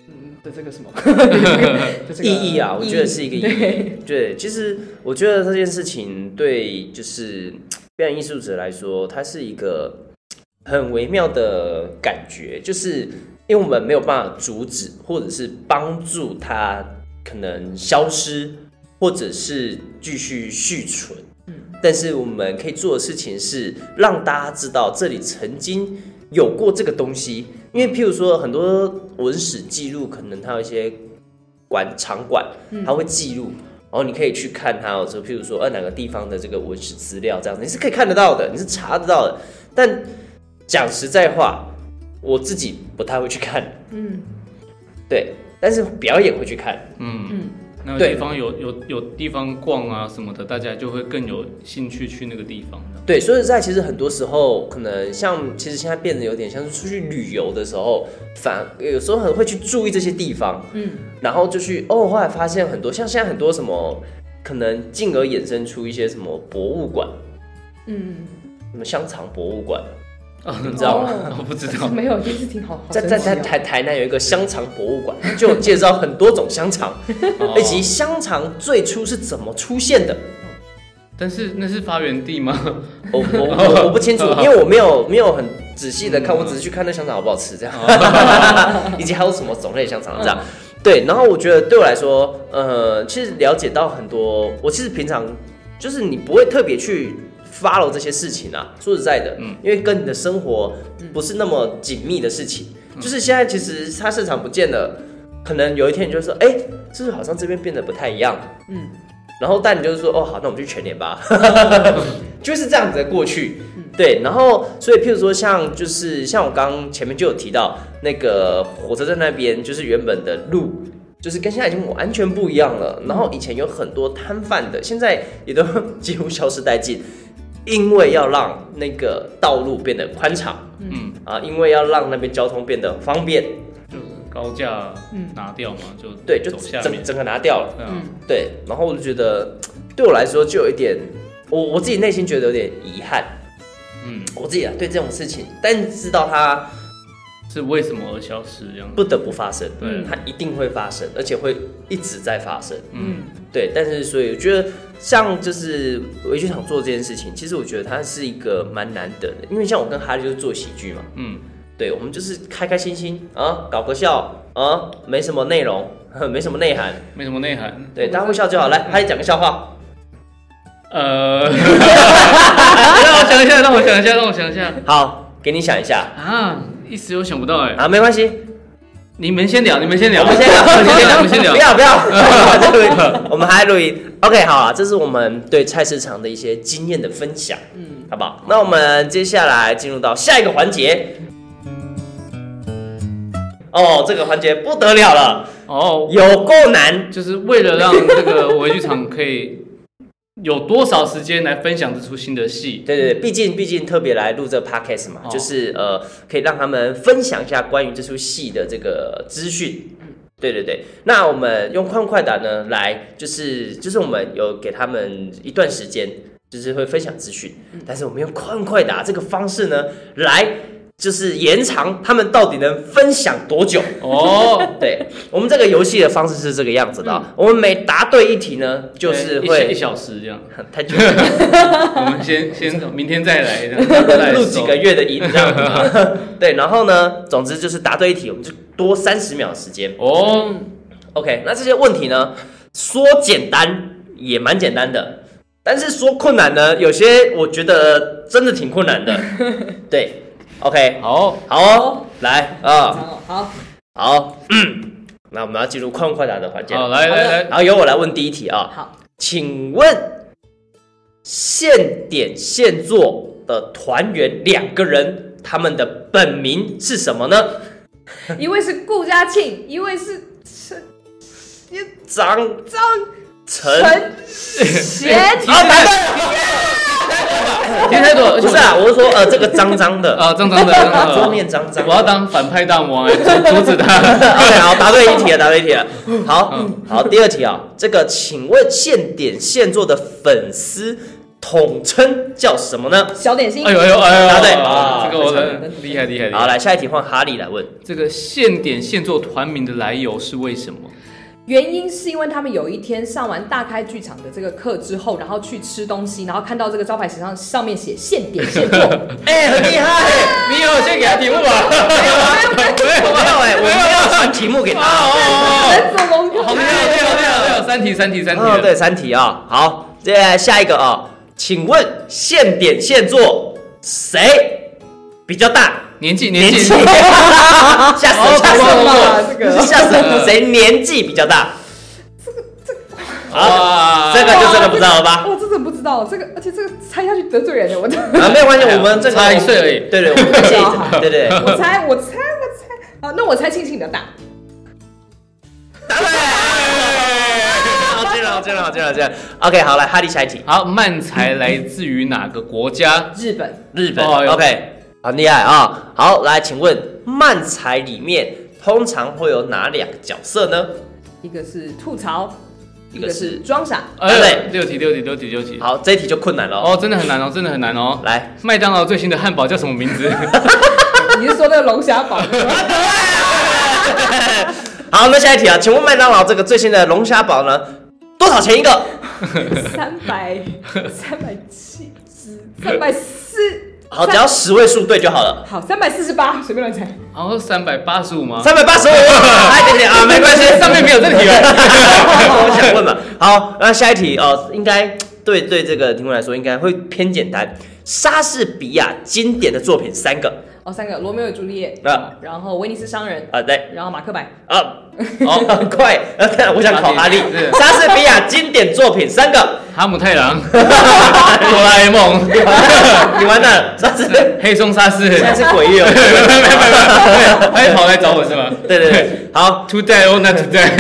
Speaker 5: 嗯的这个什么 的这个
Speaker 3: 意义啊，我觉得是一个意义
Speaker 5: 对。
Speaker 3: 对，其实我觉得这件事情对就是嗯表演艺术者来说，它是一个嗯很微妙的感觉，就是因为我们没有办法阻止或者是帮助它可能消失，或者是继续续存。但是我们可以做的事情是让大家知道这里曾经有过这个东西，因为譬如说很多文史记录，可能它有一些馆场馆，它会记录，然后你可以去看它，哦，就譬如说呃哪个地方的这个文史资料这样子，你是可以看得到的，你是查得到的。但讲实在话，我自己不太会去看，
Speaker 5: 嗯，
Speaker 3: 对，但是表演会去看，
Speaker 4: 嗯
Speaker 5: 嗯
Speaker 4: 嗯，那个
Speaker 3: 对
Speaker 4: 地方有有有地方逛啊什么的，大家就会更有兴趣去那个地方的。
Speaker 3: 对，说实在，其实很多时候可能像，其实现在变得有点像是出去旅游的时候，反有时候很会去注意这些地方，
Speaker 5: 嗯，
Speaker 3: 然后就去哦，后来发现很多像现在很多什么，可能进而衍生出一些什么博物馆，
Speaker 5: 嗯，
Speaker 3: 什么香肠博物馆，
Speaker 4: 啊，
Speaker 3: 你知道吗？
Speaker 5: 哦，
Speaker 4: 我不 知道
Speaker 5: 没有，就是挺好，好
Speaker 3: 在在在
Speaker 5: 神奇哦
Speaker 3: 台台南有一个香肠博物馆，就有介绍很多种香肠，
Speaker 5: 哦
Speaker 4: 哦
Speaker 3: 以及香肠最初是怎么出现的。
Speaker 4: 但是那是发源地吗？
Speaker 3: 我 我我我不清楚，因为我没有没有很仔细的看，我只是去看那香肠好不好吃这样，以及还有什么种类香肠这样。对，然后我觉得对我来说，呃，其实了解到很多，我其实平常就是你不会特别去 follow 这些事情啊。说实在的，因为跟你的生活不是那么紧密的事情，就是现在其实它市场不见了，可能有一天你就会说，哎、是不是好像这边变得不太一样？
Speaker 5: 嗯，
Speaker 3: 然后但你就是说，哦，好，那我们去全年吧，就是这样子的过去。
Speaker 4: 嗯
Speaker 3: 对，然后所以譬如说像就是像我刚刚前面就有提到那个火车站那边，就是原本的路。就是跟现在已经完全不一样了，
Speaker 4: 嗯
Speaker 3: 然后以前有很多摊贩的，现在也都几乎消失殆尽，因为要让那个道路变得宽敞，
Speaker 4: 嗯，
Speaker 3: 啊，因为要让那边交通变得方便，
Speaker 4: 就是高架拿掉嘛，就
Speaker 3: 对，就
Speaker 4: 走下
Speaker 3: 整
Speaker 4: 面。
Speaker 3: 整个拿掉了，
Speaker 4: 嗯，
Speaker 3: 对，然后我就觉得对我来说就有一点，我我自己内心觉得有点遗憾，
Speaker 4: 嗯，
Speaker 3: 我自己啊对这种事情，但知道它
Speaker 4: 是为什么而消失这样？
Speaker 3: 不得不发生，
Speaker 4: 对
Speaker 3: 它一定会发生，而且会一直在发生，
Speaker 4: 嗯，
Speaker 3: 对，但是所以我觉得像就是围剧场做这件事情，其实我觉得它是一个蛮难得的，因为像我跟哈利就是做喜剧嘛，
Speaker 4: 嗯，
Speaker 3: 对，我们就是开开心心啊，搞个笑啊，没什么内容，没什么内涵，
Speaker 4: 没什么内涵。
Speaker 3: 对，大家会笑就好。来，哈利讲个笑话，
Speaker 4: 呃，让我想一下，让我想一下，让我想一下
Speaker 3: 好，给你想一下
Speaker 4: 啊，一时又想不到哎。
Speaker 3: 啊，没关系，
Speaker 4: 你们先聊，你们先聊，
Speaker 3: 我 们先聊，
Speaker 4: 哎我们先聊，我们先聊
Speaker 3: 不。要不要，我在录 音，我们还在录音。OK，好啊，这是我们对菜市场的一些经验的分享，嗯，好不好？那我们接下来进入到下一个环节。哦，这个环节不得了了，
Speaker 4: 哦，
Speaker 3: 有够难，
Speaker 4: 就是为了让这个我剧场可以有多少时间来分享这出新的戏，
Speaker 3: 对对对，毕竟毕竟特别来录这个 podcast 嘛，
Speaker 4: 哦
Speaker 3: 就是呃，可以让他们分享一下关于这出戏的这个资讯。对对对，那我们用快问快答呢来，就是就是我们有给他们一段
Speaker 4: 嗯
Speaker 3: 时间，就是会分享资讯，但是我们用快问快答这个方式呢来就是延长他们到底能分享多久。
Speaker 4: 哦，
Speaker 3: 对我们这个游戏的方式是这个样子的啊、我们每答对一题呢，就是
Speaker 4: 嗯一小一
Speaker 3: 会
Speaker 4: 小时这样。
Speaker 3: 太久了。
Speaker 4: 我们先先明天再来，这样再来
Speaker 3: 录几个月的影这样子 嘛。对，然后呢，总之就是答对一题，我们就多三十秒时间。
Speaker 4: 哦，
Speaker 3: OK，那这些问题呢，说简单也蛮简单的，但是说困难呢，有些我觉得真的挺困 难的。对，OK，
Speaker 4: 好，
Speaker 3: 好哦，来啊、
Speaker 5: 好，
Speaker 3: 好，嗯，那我们要进入快问快答的环节了。
Speaker 4: 好，来来来，
Speaker 3: 然后由我来问第一题啊。
Speaker 5: 好，
Speaker 3: 请问现点现做的团员两个人，他们的本名是什么呢？
Speaker 5: 一位是顾佳庆，一位是陈
Speaker 3: 张
Speaker 5: 张
Speaker 3: 成。
Speaker 5: 陈贤，
Speaker 3: 啊，答对了！
Speaker 4: 今天太多了，
Speaker 3: 不 是啊，我是说，呃，这个张张的，
Speaker 4: 啊，张张的，张张
Speaker 3: 桌
Speaker 4: 的
Speaker 3: 面张张的。
Speaker 4: 我要当反派大魔王，阻阻止他。
Speaker 3: OK，好，哎答对一题了，答对一 题了。好，好，第二题啊，这个请问现点现做的粉丝统称叫什么呢？
Speaker 5: 小点心
Speaker 4: 哎，呦哎呦哎呦，
Speaker 3: 答对
Speaker 4: 啊这个我的厉害厉害厉
Speaker 3: 好，
Speaker 4: 害。
Speaker 3: 来下一题换哈利来问。
Speaker 4: 这个现点现做团名的来由是为什么？
Speaker 5: 原因是因为他们有一天上完大开剧场的这个课之后，然后去吃东西，然后看到这个招牌写上上面写现点现做，
Speaker 3: 哎，很厉害，
Speaker 4: 你有先给他题目吧？
Speaker 3: 啊没有哎，我们要算题目给他。哦
Speaker 5: 能做功
Speaker 4: 好厉害厉害厉害厉害！三题三题三题，
Speaker 3: 哦，对，，三题啊、好，接下来下一个啊、请问现点现做谁比较大？
Speaker 4: 年纪年 纪，哦
Speaker 3: 吓死了，吓死
Speaker 5: 哇
Speaker 3: 了，
Speaker 5: 这个
Speaker 3: 吓死了！谁年纪比较大？
Speaker 4: 哇，
Speaker 3: 这个就真的不知道了吧？
Speaker 5: 我真的不知道这个，而且这个猜下去得罪人了，我都。
Speaker 3: 啊，没有关系，我们这个
Speaker 4: 哎差一岁而已
Speaker 3: 对对， 我们这一对对，
Speaker 5: 我猜，我猜，我猜，好，那我猜庆庆的大，
Speaker 3: 答对。好进了，好进了，好进了，进了。OK，好，来哈利下一题，
Speaker 4: 好，漫才来自于哪个国家？
Speaker 5: 日本，
Speaker 3: 日本。
Speaker 4: 哦哎呦
Speaker 3: OK，很厉害啊！好，来，请问漫才里面通常会有哪两个角色呢？
Speaker 5: 一个是吐槽，
Speaker 3: 一
Speaker 5: 一
Speaker 3: 个
Speaker 5: 个
Speaker 3: 是
Speaker 5: 是装傻，
Speaker 4: 哎，六题六题六题六题。
Speaker 3: 好，这一题就困难了。哦，
Speaker 4: 哦，真的很难哦，真的很难哦。
Speaker 3: 来，
Speaker 4: 麦当劳最新的汉堡叫什么名字？
Speaker 5: 你是说那个龙虾堡？
Speaker 3: 好，那下一题啊，请问麦当劳这个最新的龙虾堡呢，多少钱一个？
Speaker 5: 三百，三百七十，三百四，
Speaker 3: 好，只要十位数对就好了。
Speaker 5: 好，三百四十八，随便乱猜。
Speaker 4: 好像三百八十五吗？
Speaker 3: 三百八十五，哎，等等啊，没关系，
Speaker 4: 上面没有这题了
Speaker 3: 我想问嘛。好，那下一题哦，应该对对这个题目来说应该会偏简单。莎士比亚经典的作品三个，
Speaker 5: 哦，三个罗密欧与朱丽叶，
Speaker 3: 啊
Speaker 5: 然后威尼斯商人，
Speaker 3: 啊对
Speaker 5: 然后马克白，
Speaker 3: 啊，
Speaker 4: 好，
Speaker 3: 很快， 呃我想考哈利
Speaker 4: 哈利是。
Speaker 3: 莎士比亚经典作品 三个，
Speaker 4: 哈姆太 郎、哆啦 A 梦、
Speaker 3: 你完蛋了，莎士比亚
Speaker 4: 黑松沙士，
Speaker 3: 现在是鬼月哦。
Speaker 4: 他哎也跑来找我是吗？
Speaker 3: 对对对，好，
Speaker 4: ，Today or not today？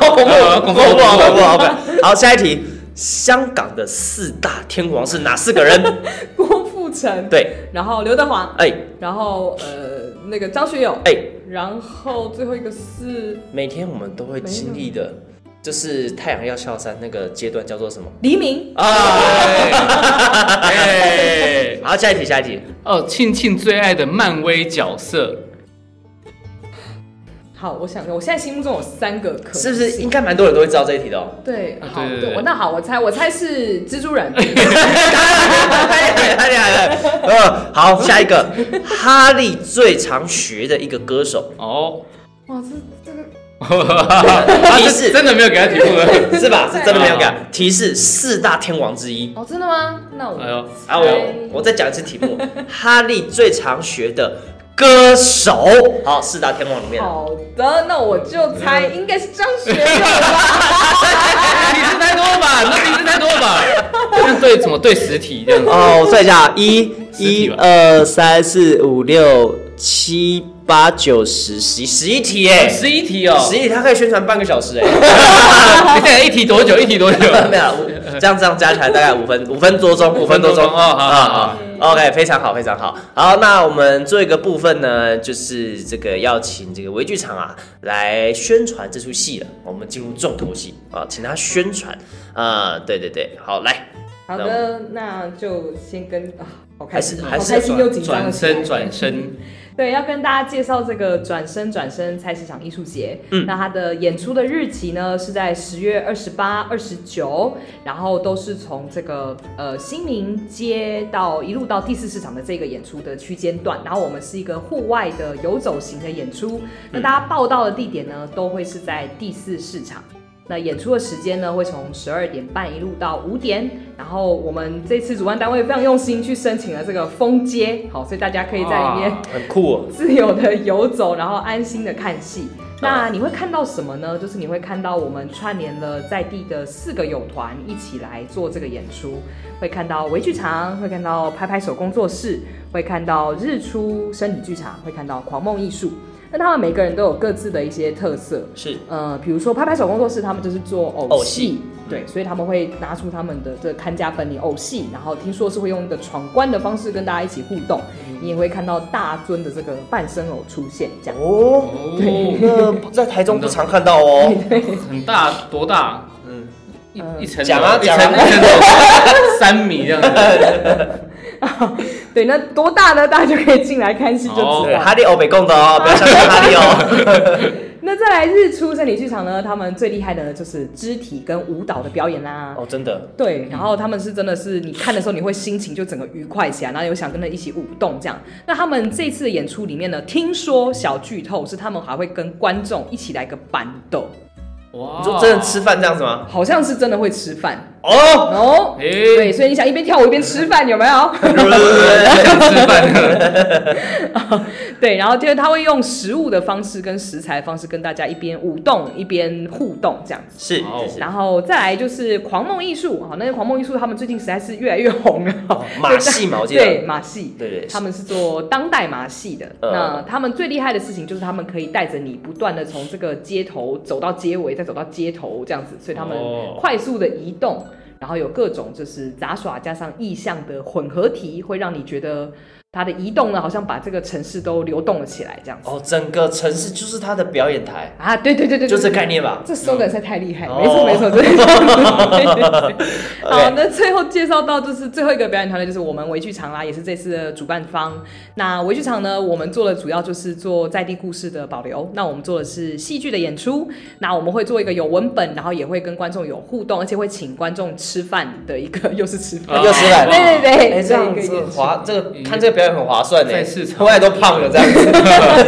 Speaker 3: 恐怖，
Speaker 4: 恐怖
Speaker 3: 恐怖，
Speaker 4: 恐怖
Speaker 3: 恐怖，好，好，下一题，香港的四大天王是哪四个人？
Speaker 5: 郭富城，，
Speaker 3: 对，
Speaker 5: 然后刘德华，
Speaker 3: 哎
Speaker 5: 然后呃那个张学友，
Speaker 3: 哎，
Speaker 5: 然后最后一个是
Speaker 3: 每天我们都会经历的，就是太阳要下山那个阶段叫做什么？
Speaker 5: 黎明，
Speaker 4: 哎，
Speaker 3: 好，下一题，下一题，
Speaker 4: 哦，庆庆最爱的漫威角色，
Speaker 5: 好，我想我现在心目中有三个可能
Speaker 3: 是
Speaker 5: 性
Speaker 3: 不是应该蛮多人都会知道这一题的哦？
Speaker 5: 对，
Speaker 4: 啊
Speaker 5: 好，
Speaker 4: 对对对
Speaker 5: 我那好，我猜我猜是蜘蛛人，
Speaker 3: 太厉害了，太厉害了！呃，好，下一个，哈利最常学的一个歌手
Speaker 4: 哦，
Speaker 5: 哇，这这个
Speaker 4: 他
Speaker 3: 提示
Speaker 4: 真的没有给他题目 了。
Speaker 3: 是吧？是真的没有给啊提示，四大天王之一。
Speaker 5: 哦真的吗？那我
Speaker 4: 哎呦
Speaker 3: 啊，我我再讲一次题 目，哈利最常学的歌手，好，四大天王里面的。
Speaker 5: 好的，那我就猜应该是张学友 吧，
Speaker 4: 提示太多了吧？那提示太多了吧？ 那对什么对实体这样子？
Speaker 3: 哦，我算一下，一、
Speaker 4: 题
Speaker 3: 一、
Speaker 4: 吧
Speaker 3: 二、三、四、五、六、七、八、九、十、十一，十一题耶！
Speaker 4: 十一题哦，
Speaker 3: 十一题，它可以宣传半个小时哎。
Speaker 4: 你看一题多久？一题多久？
Speaker 3: 没有，五这样这样加起来大概五分五分多钟，五分多钟
Speaker 4: 哦好好好
Speaker 3: 好，OK，非常好，非常好。好，那我们最后一个部分呢，就是这个要请这个微剧场啊来宣传这出戏了。我们进入重头戏啊，请他宣传啊、对对对，好，来
Speaker 5: 好的，那就先跟啊，好开
Speaker 3: 还是
Speaker 5: 心，好
Speaker 3: 还是
Speaker 5: 开心又紧张
Speaker 4: 转
Speaker 5: 的起来
Speaker 4: 身转身，
Speaker 5: 对，要跟大家介绍这个转身转身菜市场艺术节。
Speaker 3: 嗯
Speaker 5: 那它的演出的日期呢是在十月二十八、二十九，然后都是从这个呃新民街到一路到第四市场的这个演出的区间段。然后我们是一个户外的游走型的演出。那大家报到的地点呢，都会是在第四市场。那演出的时间呢，会从十二点半一路到五点。然后我们这次主办单位非常用心去申请了这个风街，好，所以大家可以在里面
Speaker 4: 哇
Speaker 3: 很酷哦。
Speaker 5: 自由的游走，然后安心的看戏。那你会看到什么呢？就是你会看到我们串联了在地的四个友团一起来做这个演出，会看到微剧场，会看到拍拍手工作室，会看到日出身体剧场，会看到狂梦艺术。那他们每个人都有各自的一些特色，
Speaker 3: 是
Speaker 5: 呃，比如说拍拍手工作室，他们就是做偶
Speaker 3: 偶
Speaker 5: 戏
Speaker 3: 戏，
Speaker 5: 对，所以他们会拿出他们的这个看家本领偶戏，然后听说是会用一个闯关的方式跟大家一起互动，你也会看到大尊的这个半生偶出现，这样。
Speaker 3: 哦，
Speaker 4: 哦，
Speaker 3: 那在台中不常看到哦。
Speaker 4: 很大多大？
Speaker 3: 嗯，
Speaker 4: 一
Speaker 5: 嗯
Speaker 4: 一层楼
Speaker 3: 讲啊
Speaker 4: 一
Speaker 3: 讲
Speaker 4: 层
Speaker 3: 啊
Speaker 4: 一层楼三米这样子，
Speaker 5: 对，那多大呢？大家就可以进来看戏就知道。
Speaker 4: 哦
Speaker 3: 对，哈利欧北贡的哦，不要相信哈利哦。
Speaker 5: 那再来日出森林剧场呢，他们最厉害的呢就是肢体跟舞蹈的表演啦。
Speaker 3: 哦，真的，
Speaker 5: 对，然后他们是真的是你看的时候，你会心情就整个愉快起来，然后有想跟着一起舞动这样。那他们这次的演出里面呢，听说小剧透是他们还会跟观众一起来个板斗，
Speaker 4: 哇
Speaker 3: 你说真的吃饭这样子吗？
Speaker 5: 好像是真的会吃饭
Speaker 3: 哦，
Speaker 5: 哦。
Speaker 4: 诶
Speaker 5: 对，所以你想一边跳舞一边吃饭，有没有？
Speaker 4: 吃饭，
Speaker 5: 对，然后就是他会用食物的方式跟食材的方式跟大家一边舞动一边互动这样子。
Speaker 3: 是，
Speaker 4: 哦
Speaker 3: 是
Speaker 5: 然后再来就是狂梦艺术，好，那个狂梦艺术他们最近实在是越来越红了。
Speaker 3: 马戏嘛，我记
Speaker 5: 对
Speaker 3: 得。
Speaker 5: 马戏，
Speaker 3: 对对
Speaker 5: 他们是做当代马戏的。
Speaker 3: 呃
Speaker 5: 那他们最厉害的事情就是他们可以带着你不断的从这个街头走到街尾，再走到街头这样子，所以他们
Speaker 4: 哦
Speaker 5: 快速的移动，然后有各种就是杂耍加上意象的混合体，会让你觉得它的移动呢，好像把这个城市都流动了起来这样子。
Speaker 3: 哦，整个城市就是他的表演台，
Speaker 5: 啊，对对对对，
Speaker 3: 就这
Speaker 5: 对
Speaker 3: 概念吧。
Speaker 5: 这 slogan 实在太厉害，
Speaker 3: 哦
Speaker 5: 没 错没错，就是这样子。对对对好，
Speaker 3: OK，
Speaker 5: 那最后介绍到就是最后一个表演团队，就是我们维剧场啦，也是这次的主办方。那维剧场呢，我们做的主要就是做在地故事的保留。那我们做的是戏剧的演出，那我们会做一个有文本，然后也会跟观众有互动，而且会请观众吃饭的一个，又是吃饭，
Speaker 4: 啊
Speaker 3: 又吃饭
Speaker 5: 对对对，
Speaker 3: 哎，这样
Speaker 5: 对一个
Speaker 3: 子
Speaker 5: 演出
Speaker 3: 划这个看这个表演很划算呢。欸
Speaker 4: 在市场
Speaker 3: 后来都胖了这样子。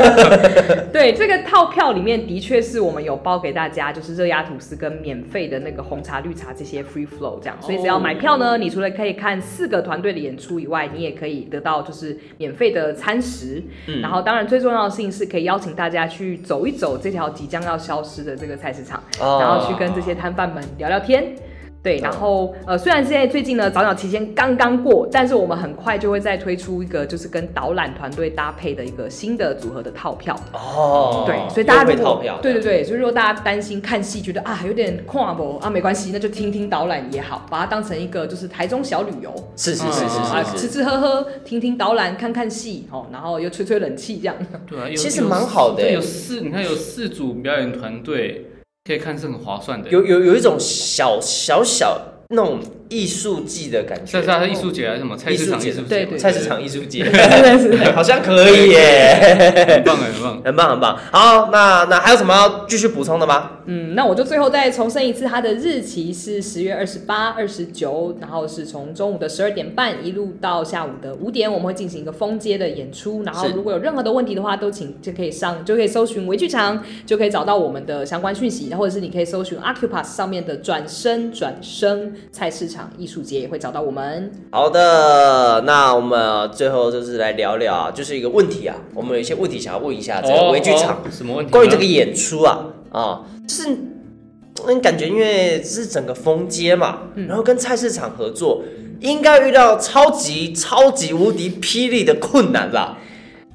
Speaker 5: 对，这个套票里面的确是我们有包给大家，就是热压吐司跟免费的那个红茶、绿茶这些 free flow 这样，所以只要买票呢，你除了可以看四个团队的演出以外，你也可以得到就是免费的餐食。然后当然最重要的事情是可以邀请大家去走一走这条即将要消失的这个菜市场，
Speaker 3: 哦
Speaker 5: 然后去跟这些摊贩们聊聊天。对，然后呃，虽然现在最近呢早鸟期间刚刚过，但是我们很快就会再推出一个就是跟导览团队搭配的一个新的组合的套票。
Speaker 3: 哦，
Speaker 5: 对，所以大家
Speaker 3: 优惠
Speaker 5: 如果
Speaker 3: 套票
Speaker 5: 对对对，所以如果大家担心看戏觉得啊有点跨博啊，没关系，那就听听导览也好，把它当成一个就是台中小旅游。
Speaker 3: 是是
Speaker 4: 嗯
Speaker 3: 是
Speaker 5: 啊，
Speaker 3: 是是
Speaker 5: 吃
Speaker 3: 是，
Speaker 5: 吃喝喝，听听导览，看看戏哦，然后又吹吹冷气，这样
Speaker 4: 对啊，有
Speaker 3: 其实蛮好的
Speaker 4: 有
Speaker 3: 欸
Speaker 4: 有四，你看有四组表演团队，可以看是很划算的。
Speaker 3: 有有有一种小小小那种艺术季的感觉
Speaker 4: 算是。它的艺术节还是什么菜市场
Speaker 3: 艺
Speaker 4: 艺
Speaker 3: 术节
Speaker 4: 术节嘛？
Speaker 5: 对对
Speaker 3: 菜市场艺术节
Speaker 5: 真的是
Speaker 3: 好像可以耶，
Speaker 4: 很棒很棒。
Speaker 3: 很棒很棒。好，那那还有什么要继续补充的吗？
Speaker 5: 嗯，那我就最后再重申一次，它的日期是十月二十八、二十九，然后是从中午的十二点半一路到下午的五点，我们会进行一个封街的演出。然后
Speaker 3: 是
Speaker 5: 如果有任何的问题的话，都请就可以上就可以搜寻微剧场，就可以找到我们的相关讯息，然后或者是你可以搜寻 Acupass 上面的转身转身菜市场艺术节也会找到我们。
Speaker 3: 好的，那我们最后就是来聊聊啊，就是一个问题啊，我们有一些问题想要问一下这个
Speaker 4: 哦
Speaker 3: 微剧场，
Speaker 4: 哦什么问题呢？
Speaker 3: 关于这个演出啊啊，就是嗯，感觉因为是整个封街嘛，然后跟菜市场合作，应该遇到超级超级无敌霹雳的困难啦。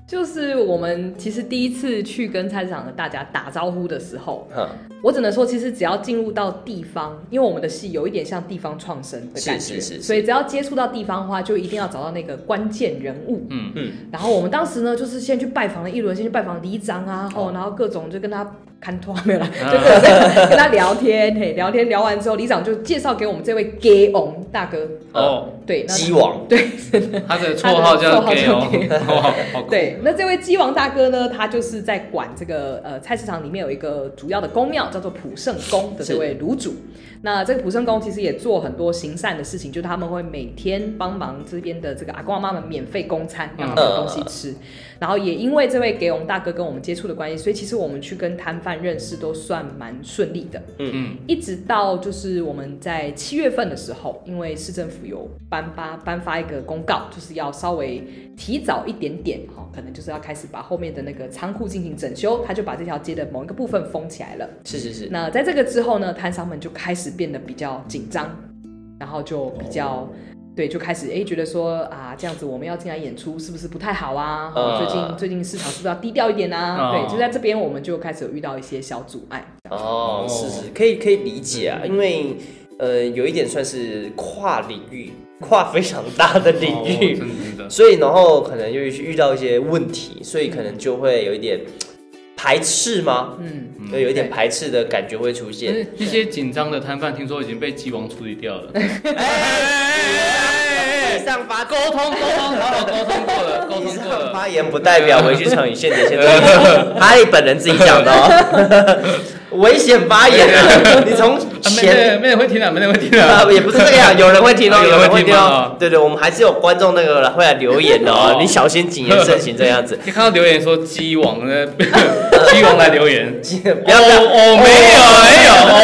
Speaker 5: 就是我们其实第一次去跟菜市场的大家打招呼的时候，
Speaker 3: 哼，
Speaker 5: 我只能说，其实只要进入到地方，因为我们的戏有一点像地方创生的感觉，
Speaker 3: 是是是是
Speaker 5: 所以只要接触到地方的话，就一定要找到那个关键人物。
Speaker 4: 嗯
Speaker 3: 哦
Speaker 5: 然后我们当时呢，就是先去拜访了一轮，先去拜访里长啊，吼、然后各种就跟他看托 没有啦，就是有在跟他聊天，嘿，聊天聊完之后，里长就介绍给我们这位 gay on 大哥，
Speaker 4: 哦，
Speaker 5: 对，那
Speaker 3: 鸡王
Speaker 5: 对
Speaker 4: 他的绰号叫
Speaker 5: 他的
Speaker 4: gay
Speaker 5: 绰号
Speaker 4: 哦
Speaker 5: 叫 gay，
Speaker 4: 哦好酷
Speaker 5: 对，那这位鸡王大哥呢，他就是在管这个呃菜市场里面有一个主要的宫庙叫做普圣宫的这位炉主。那这个普圣宫其实也做很多行善的事情，就是他们会每天帮忙这边的这个阿公阿妈们免费供餐，让他们有东西吃。然后也因为这位给我们大哥跟我们接触的关系，所以其实我们去跟摊贩认识都算蛮顺利的。
Speaker 4: 嗯，
Speaker 5: 一直到就是我们在七月份的时候，因为市政府有颁发颁发一个公告，就是要稍微提早一点点哈、哦，可能就是要开始把后面的那个仓库进行整修，他就把这条街的某一个部分封起来了。
Speaker 3: 是是是，
Speaker 5: 那在这个之后呢，摊商们就开始变得比较紧张，然后就比较、对，就开始哎觉得说啊，这样子我们要进来演出是不是不太好啊？
Speaker 3: 呃
Speaker 5: 最近最近市场是不是要低调一点啊？
Speaker 4: 哦
Speaker 5: 对，就在这边我们就开始有遇到一些小阻碍。
Speaker 3: 哦，是是，可以可以理解啊，因为呃，有一点算是跨领域，跨非常大的领
Speaker 4: 哦
Speaker 3: 域，
Speaker 4: 真的真的，
Speaker 3: 所以然后可能又遇到一些问题，所以可能就会有一点排斥吗？
Speaker 5: 嗯，
Speaker 3: 对，有一点
Speaker 5: 对
Speaker 3: 排斥的感觉会出
Speaker 4: 但
Speaker 3: 现。
Speaker 4: 是一些紧张的摊贩听说已经被鸡王处理掉 了，
Speaker 3: 以上发
Speaker 4: 沟通沟通，好好沟通过了，沟
Speaker 3: 以
Speaker 4: 通过
Speaker 3: 上
Speaker 4: 了，
Speaker 3: 发言不代表维剧场与现点现在，哈利本人自己讲的哦。危险发言啊！你从
Speaker 4: 啊没人
Speaker 3: 前
Speaker 4: 没人会听的，没人会听
Speaker 3: 啊，
Speaker 4: 的，
Speaker 3: 也不是这个样，有人会听哦，
Speaker 4: 有人会
Speaker 3: 有人会
Speaker 4: 听
Speaker 3: 听
Speaker 4: 吗
Speaker 3: 哦。对对，我们还是有观众那个会来留言的哦，你小心谨言慎行这样子。
Speaker 4: 就看到留言说鸡王 呢，鸡王来留言，
Speaker 3: 不
Speaker 4: 哦
Speaker 3: 要不要，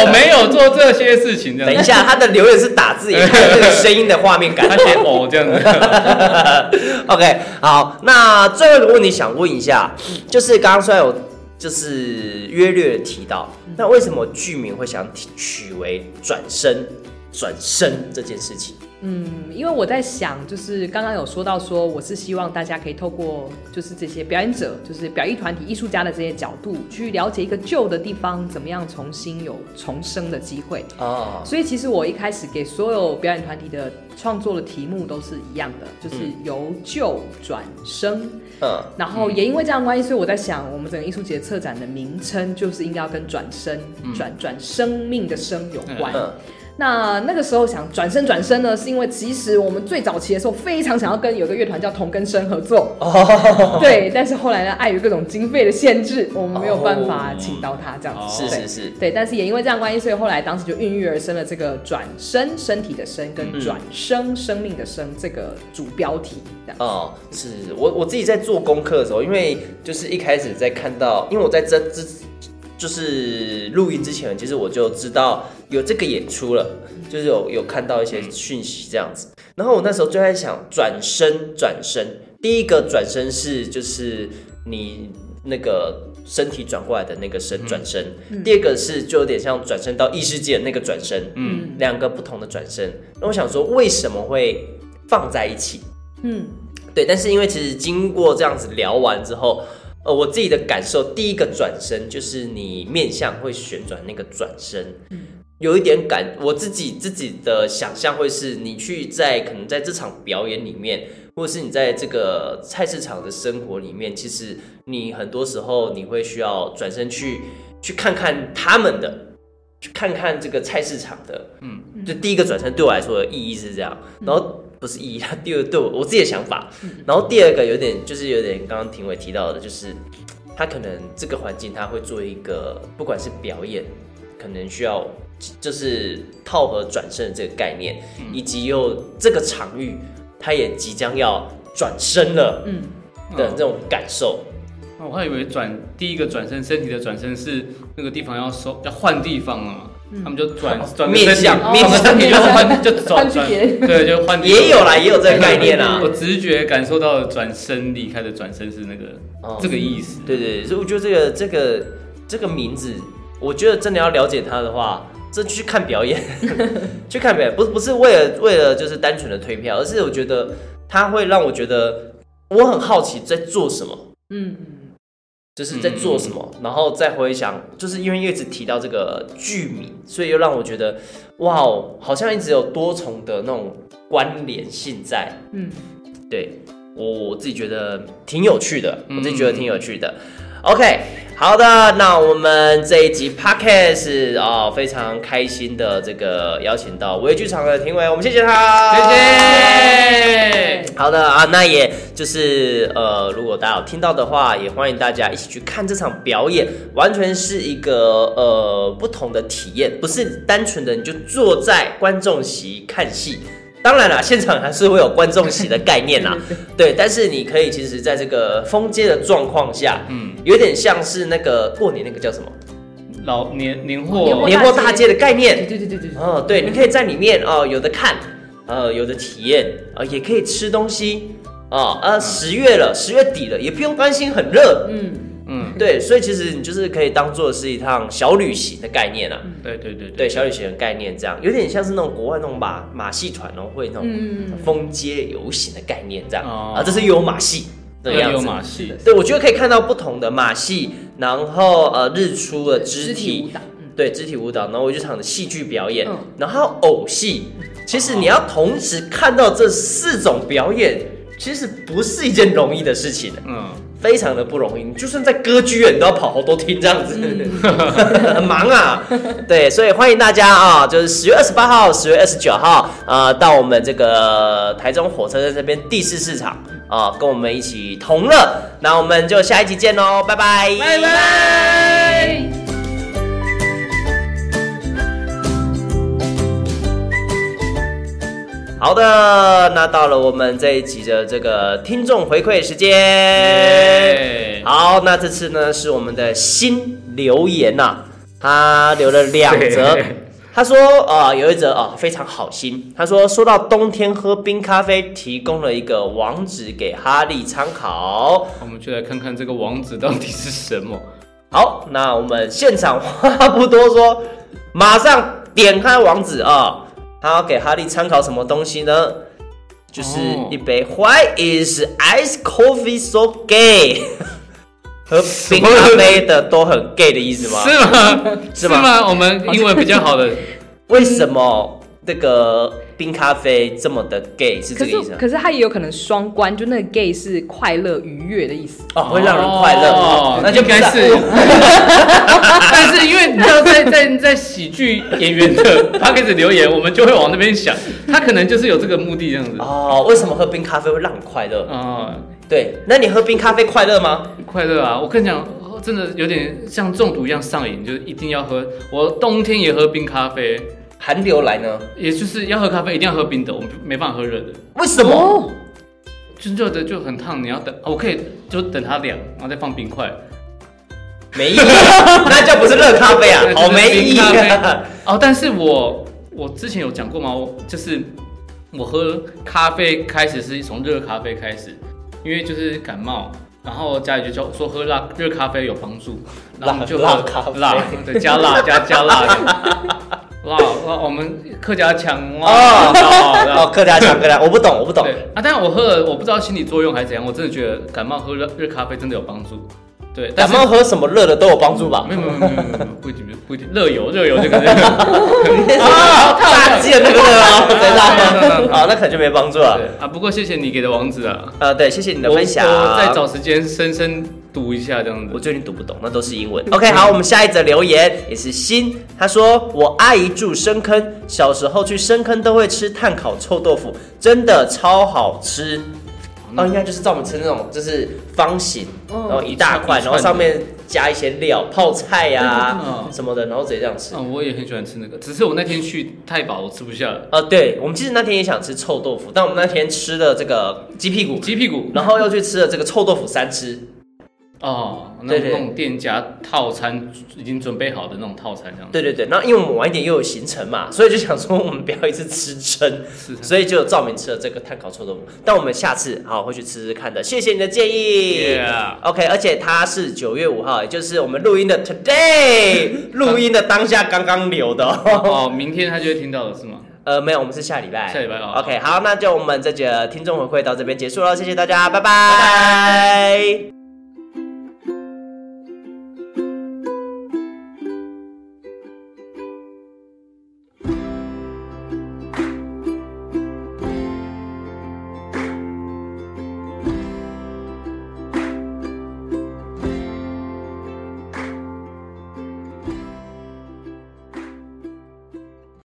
Speaker 4: 哦没有没有我没有做这些事情这样
Speaker 3: 等一
Speaker 4: 子，
Speaker 3: 下，他的留言是打字，也看这个声音的画面 感
Speaker 4: 他。写哦这样子，
Speaker 3: OK，好，那最后一个问题想问一下，就是刚刚虽然有就是约略地提到，那为什么剧名会想提取为转身转身这件事情？
Speaker 5: 嗯，因为我在想，就是刚刚有说到说，我是希望大家可以透过就是这些表演者，就是表艺团体、艺术家的这些角度，去了解一个旧的地方怎么样重新有重生的机会。
Speaker 3: 哦，
Speaker 5: 所以其实我一开始给所有表演团体的创作的题目都是一样的，就是由旧转生。
Speaker 3: 嗯，
Speaker 5: 然后也因为这样的关系，所以我在想，我们整个艺术节策展的名称就是应该要跟转身、转转生命的生有关。
Speaker 3: 嗯
Speaker 5: 那那个时候想转身转身呢，是因为其实我们最早期的时候非常想要跟有个乐团叫同根生合作，对，但是后来呢，碍于各种经费的限制，我们没有办法请到他这样子。
Speaker 3: 是
Speaker 5: 对
Speaker 3: 是是，
Speaker 5: 对，但是也因为这样的关系，所以后来当时就孕育而生了这个“转身身体的身”跟“转生生命的生”这个主标题，这样。
Speaker 3: 哦，是我我自己在做功课的时候，因为就是一开始在看到，因为我在这之就是录音之前，其实我就知道有这个演出了，就是有有看到一
Speaker 5: 嗯
Speaker 3: 些讯息这样子。然后我那时候就在想，转身转身，第一个转身是就是你那个。身体转过来的那个
Speaker 5: 嗯
Speaker 3: 身转身，第二个是就有点像转身到异世界的那个转身，嗯，两个不同的转身。那我想说，为什么会放在一起？
Speaker 5: 嗯，
Speaker 3: 对，但是因为其实经过这样子聊完之后，呃，我自己的感受，第一个转身就是你面向会旋转那个转身，有一点感，我自己自己的想象会是你去在可能在这场表演里面，或者是你在这个菜市场的生活里面，其实你很多时候你会需要转身去去看看他们的。去看看这个菜市场的，嗯，就第一个转身对我来说的意义是这样，然后不是意义，它第二对我我自己的想法，然后第二个有点就是有点刚刚评委提到的，就是他可能这个环境他会做一个，不管是表演，可能需要就是套合转身的这个概念，以及又这个场域他也即将要转身了，嗯的这种感受，
Speaker 4: 我还以为转第一个转身身体的转身是那个地方要收要换地方了嘛，他们就转转
Speaker 3: 嗯哦面向
Speaker 4: 面
Speaker 3: 面
Speaker 4: 向
Speaker 3: 向
Speaker 4: 身体就换就走
Speaker 5: 哦换去
Speaker 4: 转
Speaker 5: 别人
Speaker 4: 对就换地方
Speaker 3: 也有啦，也有这个概念啊啦，
Speaker 4: 我直觉感受到的转身离开的转身是那个、
Speaker 3: 哦
Speaker 4: 这个意思。
Speaker 3: 对对，对所以我觉得这个这个这个名字，我觉得真的要了解它的话，这去看表演， 去看表演，不是不是为了为了就是单纯的推票，而是我觉得它会让我觉得我很好奇在做什么，
Speaker 5: 嗯，
Speaker 3: 就是在做什么，然后再回想，就是因为一直提到这个剧名，所以又让我觉得哇哦，好像一直有多重的那种关联性在，
Speaker 5: 嗯，
Speaker 3: 对。我我自己觉得挺有趣的，我自己觉得挺有趣的。OK，好的，那我们这一集 Podcast 哦，非常开心的这个邀请到微剧场的庭伟，我们谢谢他，
Speaker 4: 谢谢。
Speaker 3: 好的啊，那也就是呃，如果大家有听到的话，也欢迎大家一起去看这场表演，完全是一个呃不同的体验，不是单纯的你就坐在观众席看戏。当然啦，现场还是会有观众席的概念啦，对。但是你可以其实在这个封街的状况下，嗯，有点像是那个过年那个叫什么
Speaker 4: 老年年
Speaker 5: 年
Speaker 4: 货
Speaker 5: 货
Speaker 3: 年货大街的概
Speaker 5: 对
Speaker 3: 念，
Speaker 5: 对对对对，
Speaker 3: 哦，对，你可以在里面哦，有的看，呃，有的体验，呃，也可以吃东西，哦，
Speaker 4: 嗯
Speaker 3: 呃，十月了，十月底了，也不用担心很热，
Speaker 5: 嗯，
Speaker 3: 对，所以其实你就是可以当做是一趟小旅行的概念啊，
Speaker 4: 对对对
Speaker 3: 对，小旅行的概念这样，有点像是那种国外那种马马戏团哦，会那种风街游行的概念这样、
Speaker 4: 哦
Speaker 3: 啊，这是有马戏的
Speaker 4: 对，
Speaker 3: 样
Speaker 4: 有
Speaker 3: 子。
Speaker 4: 马戏，
Speaker 3: 对，我觉得可以看到不同的马戏，然后呃日出的肢
Speaker 5: 肢体
Speaker 3: 体
Speaker 5: 舞，蹈，嗯
Speaker 3: 对肢体舞蹈，然后我剧场的戏剧表演，
Speaker 5: 嗯
Speaker 3: 然后还有偶戏。其实你要同时看到这四种表演，其实不是一件容易的事情，
Speaker 4: 嗯，
Speaker 3: 非常的不容易。你就算在歌剧院，你都要跑好多厅这样子，很 忙啊。对，所以欢迎大家啊，就是十月二十八号、十月二十九号，呃，到我们这个台中火车站这边第四市场啊、跟我们一起同乐。那我们就下一集见喽，拜拜，拜拜。好的，那到了我们这一集的这个听众回馈时间。
Speaker 4: 耶
Speaker 3: 好，那这次呢是我们的新留言呐、他留了两则
Speaker 4: 对。
Speaker 3: 他说：“呃，有一则啊、非常好心。他说，说到冬天喝冰咖啡，提供了一个网址给哈利参考。
Speaker 4: 我们就来看看这个网址到底是什么。
Speaker 3: 好，那我们现场话不多说，马上点开网址啊、他要给哈利参考什么东西呢？就是
Speaker 4: 哦
Speaker 3: 一杯 Why is ice coffee so gay？喝冰咖啡的都很 gay 的意思吗？
Speaker 4: 是吗？
Speaker 3: 是
Speaker 4: 是
Speaker 3: 吗
Speaker 4: 吗？我们英文比较好的，
Speaker 3: 为什么这个冰咖啡这么的 gay 是这
Speaker 5: 可
Speaker 3: 个意思啊
Speaker 5: 是
Speaker 3: 吗？
Speaker 5: 可是它也有可能双关，就那个 gay 是快乐愉悦的意思。
Speaker 3: 哦，会让人快乐，
Speaker 4: 哦
Speaker 3: 哦、那就
Speaker 4: 应
Speaker 3: 不是
Speaker 4: 该是。
Speaker 3: 啊
Speaker 4: 但是因 为你知道，在在在喜剧演员的 p a c k a g e 留言，我们就会往那边想，他可能就是有这个目的这样子。
Speaker 3: 哦。为什么喝冰咖啡会让你快乐？
Speaker 4: 啊，
Speaker 3: 对，那你喝冰咖啡快乐吗？
Speaker 4: 快乐啊！我跟你讲，真的有点像中毒一样上瘾，就是一定要喝。我冬天也喝冰咖啡，
Speaker 3: 寒流来呢？
Speaker 4: 也就是要喝咖啡一定要喝冰的，我们没办法喝热的。
Speaker 3: 为什么？
Speaker 5: 哦，
Speaker 4: 就是热的就很烫，你要等，哦我可以就等它凉，然后再放冰块。
Speaker 3: 没意义，那就不是热咖 啡啊，好没意义、
Speaker 4: 冰咖
Speaker 3: 啊
Speaker 4: 啡。 哦，但是我我之前有讲过嘛，我就是我喝咖啡开始是从热咖啡开始，因为就是感冒，然后家里就叫我说喝辣热咖啡有帮助，然后我们就喝
Speaker 3: 辣辣咖啡
Speaker 4: 辣，对，加辣加 加辣的。哇哇，我们客家腔哇，
Speaker 3: 哦
Speaker 4: 好的
Speaker 3: 哦，客家腔，客家，我不懂，我不懂。
Speaker 4: 对啊，但我喝了，我不知道心理作用还是怎样，我真的觉得感冒喝热热咖啡真的有帮助。对，但
Speaker 3: 感
Speaker 4: 是
Speaker 3: 冒喝什么热的都有帮助吧
Speaker 4: 没？有没有没有没有没有，不一定不一定，热油热油这个
Speaker 5: 哦
Speaker 3: 啊，炸鸡的那个热啊， 对
Speaker 4: 对对对
Speaker 3: 辣。好，那可能就没帮助了。
Speaker 4: 对啊，不过谢谢你给的网址啊，
Speaker 3: 呃，对，谢谢你的
Speaker 4: 我
Speaker 3: 分享。
Speaker 4: 我再找时间深深读一下这样
Speaker 3: 我
Speaker 4: 子。
Speaker 3: 最近读不懂，那都是英文。OK，好，我嗯们下一则留言也是新，他说我阿姨住深坑，小时候去深坑都会吃炭烤臭豆腐，真的超好吃。哦，应该就是照我们吃那种，就是方形，然嗯后一大块，
Speaker 4: 一串一串
Speaker 3: 然后上面加一些料，泡菜呀、
Speaker 4: 嗯
Speaker 3: 什么的，然后直接这样吃。
Speaker 4: 嗯，我也很喜欢吃那个，只是我那天去太饱，我吃不下了。
Speaker 3: 哦，对，我们其实那天也想吃臭豆腐，但我们那天吃了这个鸡屁股，
Speaker 4: 鸡屁股
Speaker 3: 然后又去吃了这个臭豆腐三吃。
Speaker 4: 哦，那
Speaker 3: 对对
Speaker 4: 那种店家套餐已经准备好的那种套餐这样子。
Speaker 3: 对对对，然后因为我们晚一点又有行程嘛，所以就想说我们不要一直吃撑，
Speaker 4: 撑
Speaker 3: 所以就照明吃了这个碳烤臭豆腐。但我们下次好会去吃吃看的，谢谢你的建议。
Speaker 4: Yeah
Speaker 3: OK，而且它是九月五号，也就是我们录音的 today，录音的当下刚刚留的哦。
Speaker 4: 哦，明天他就会听到了是吗？
Speaker 3: 呃，没有，我们是下礼拜。
Speaker 4: 下礼拜哦
Speaker 3: OK，好，那就我们这节听众回馈到这边结束了，谢谢大家，拜拜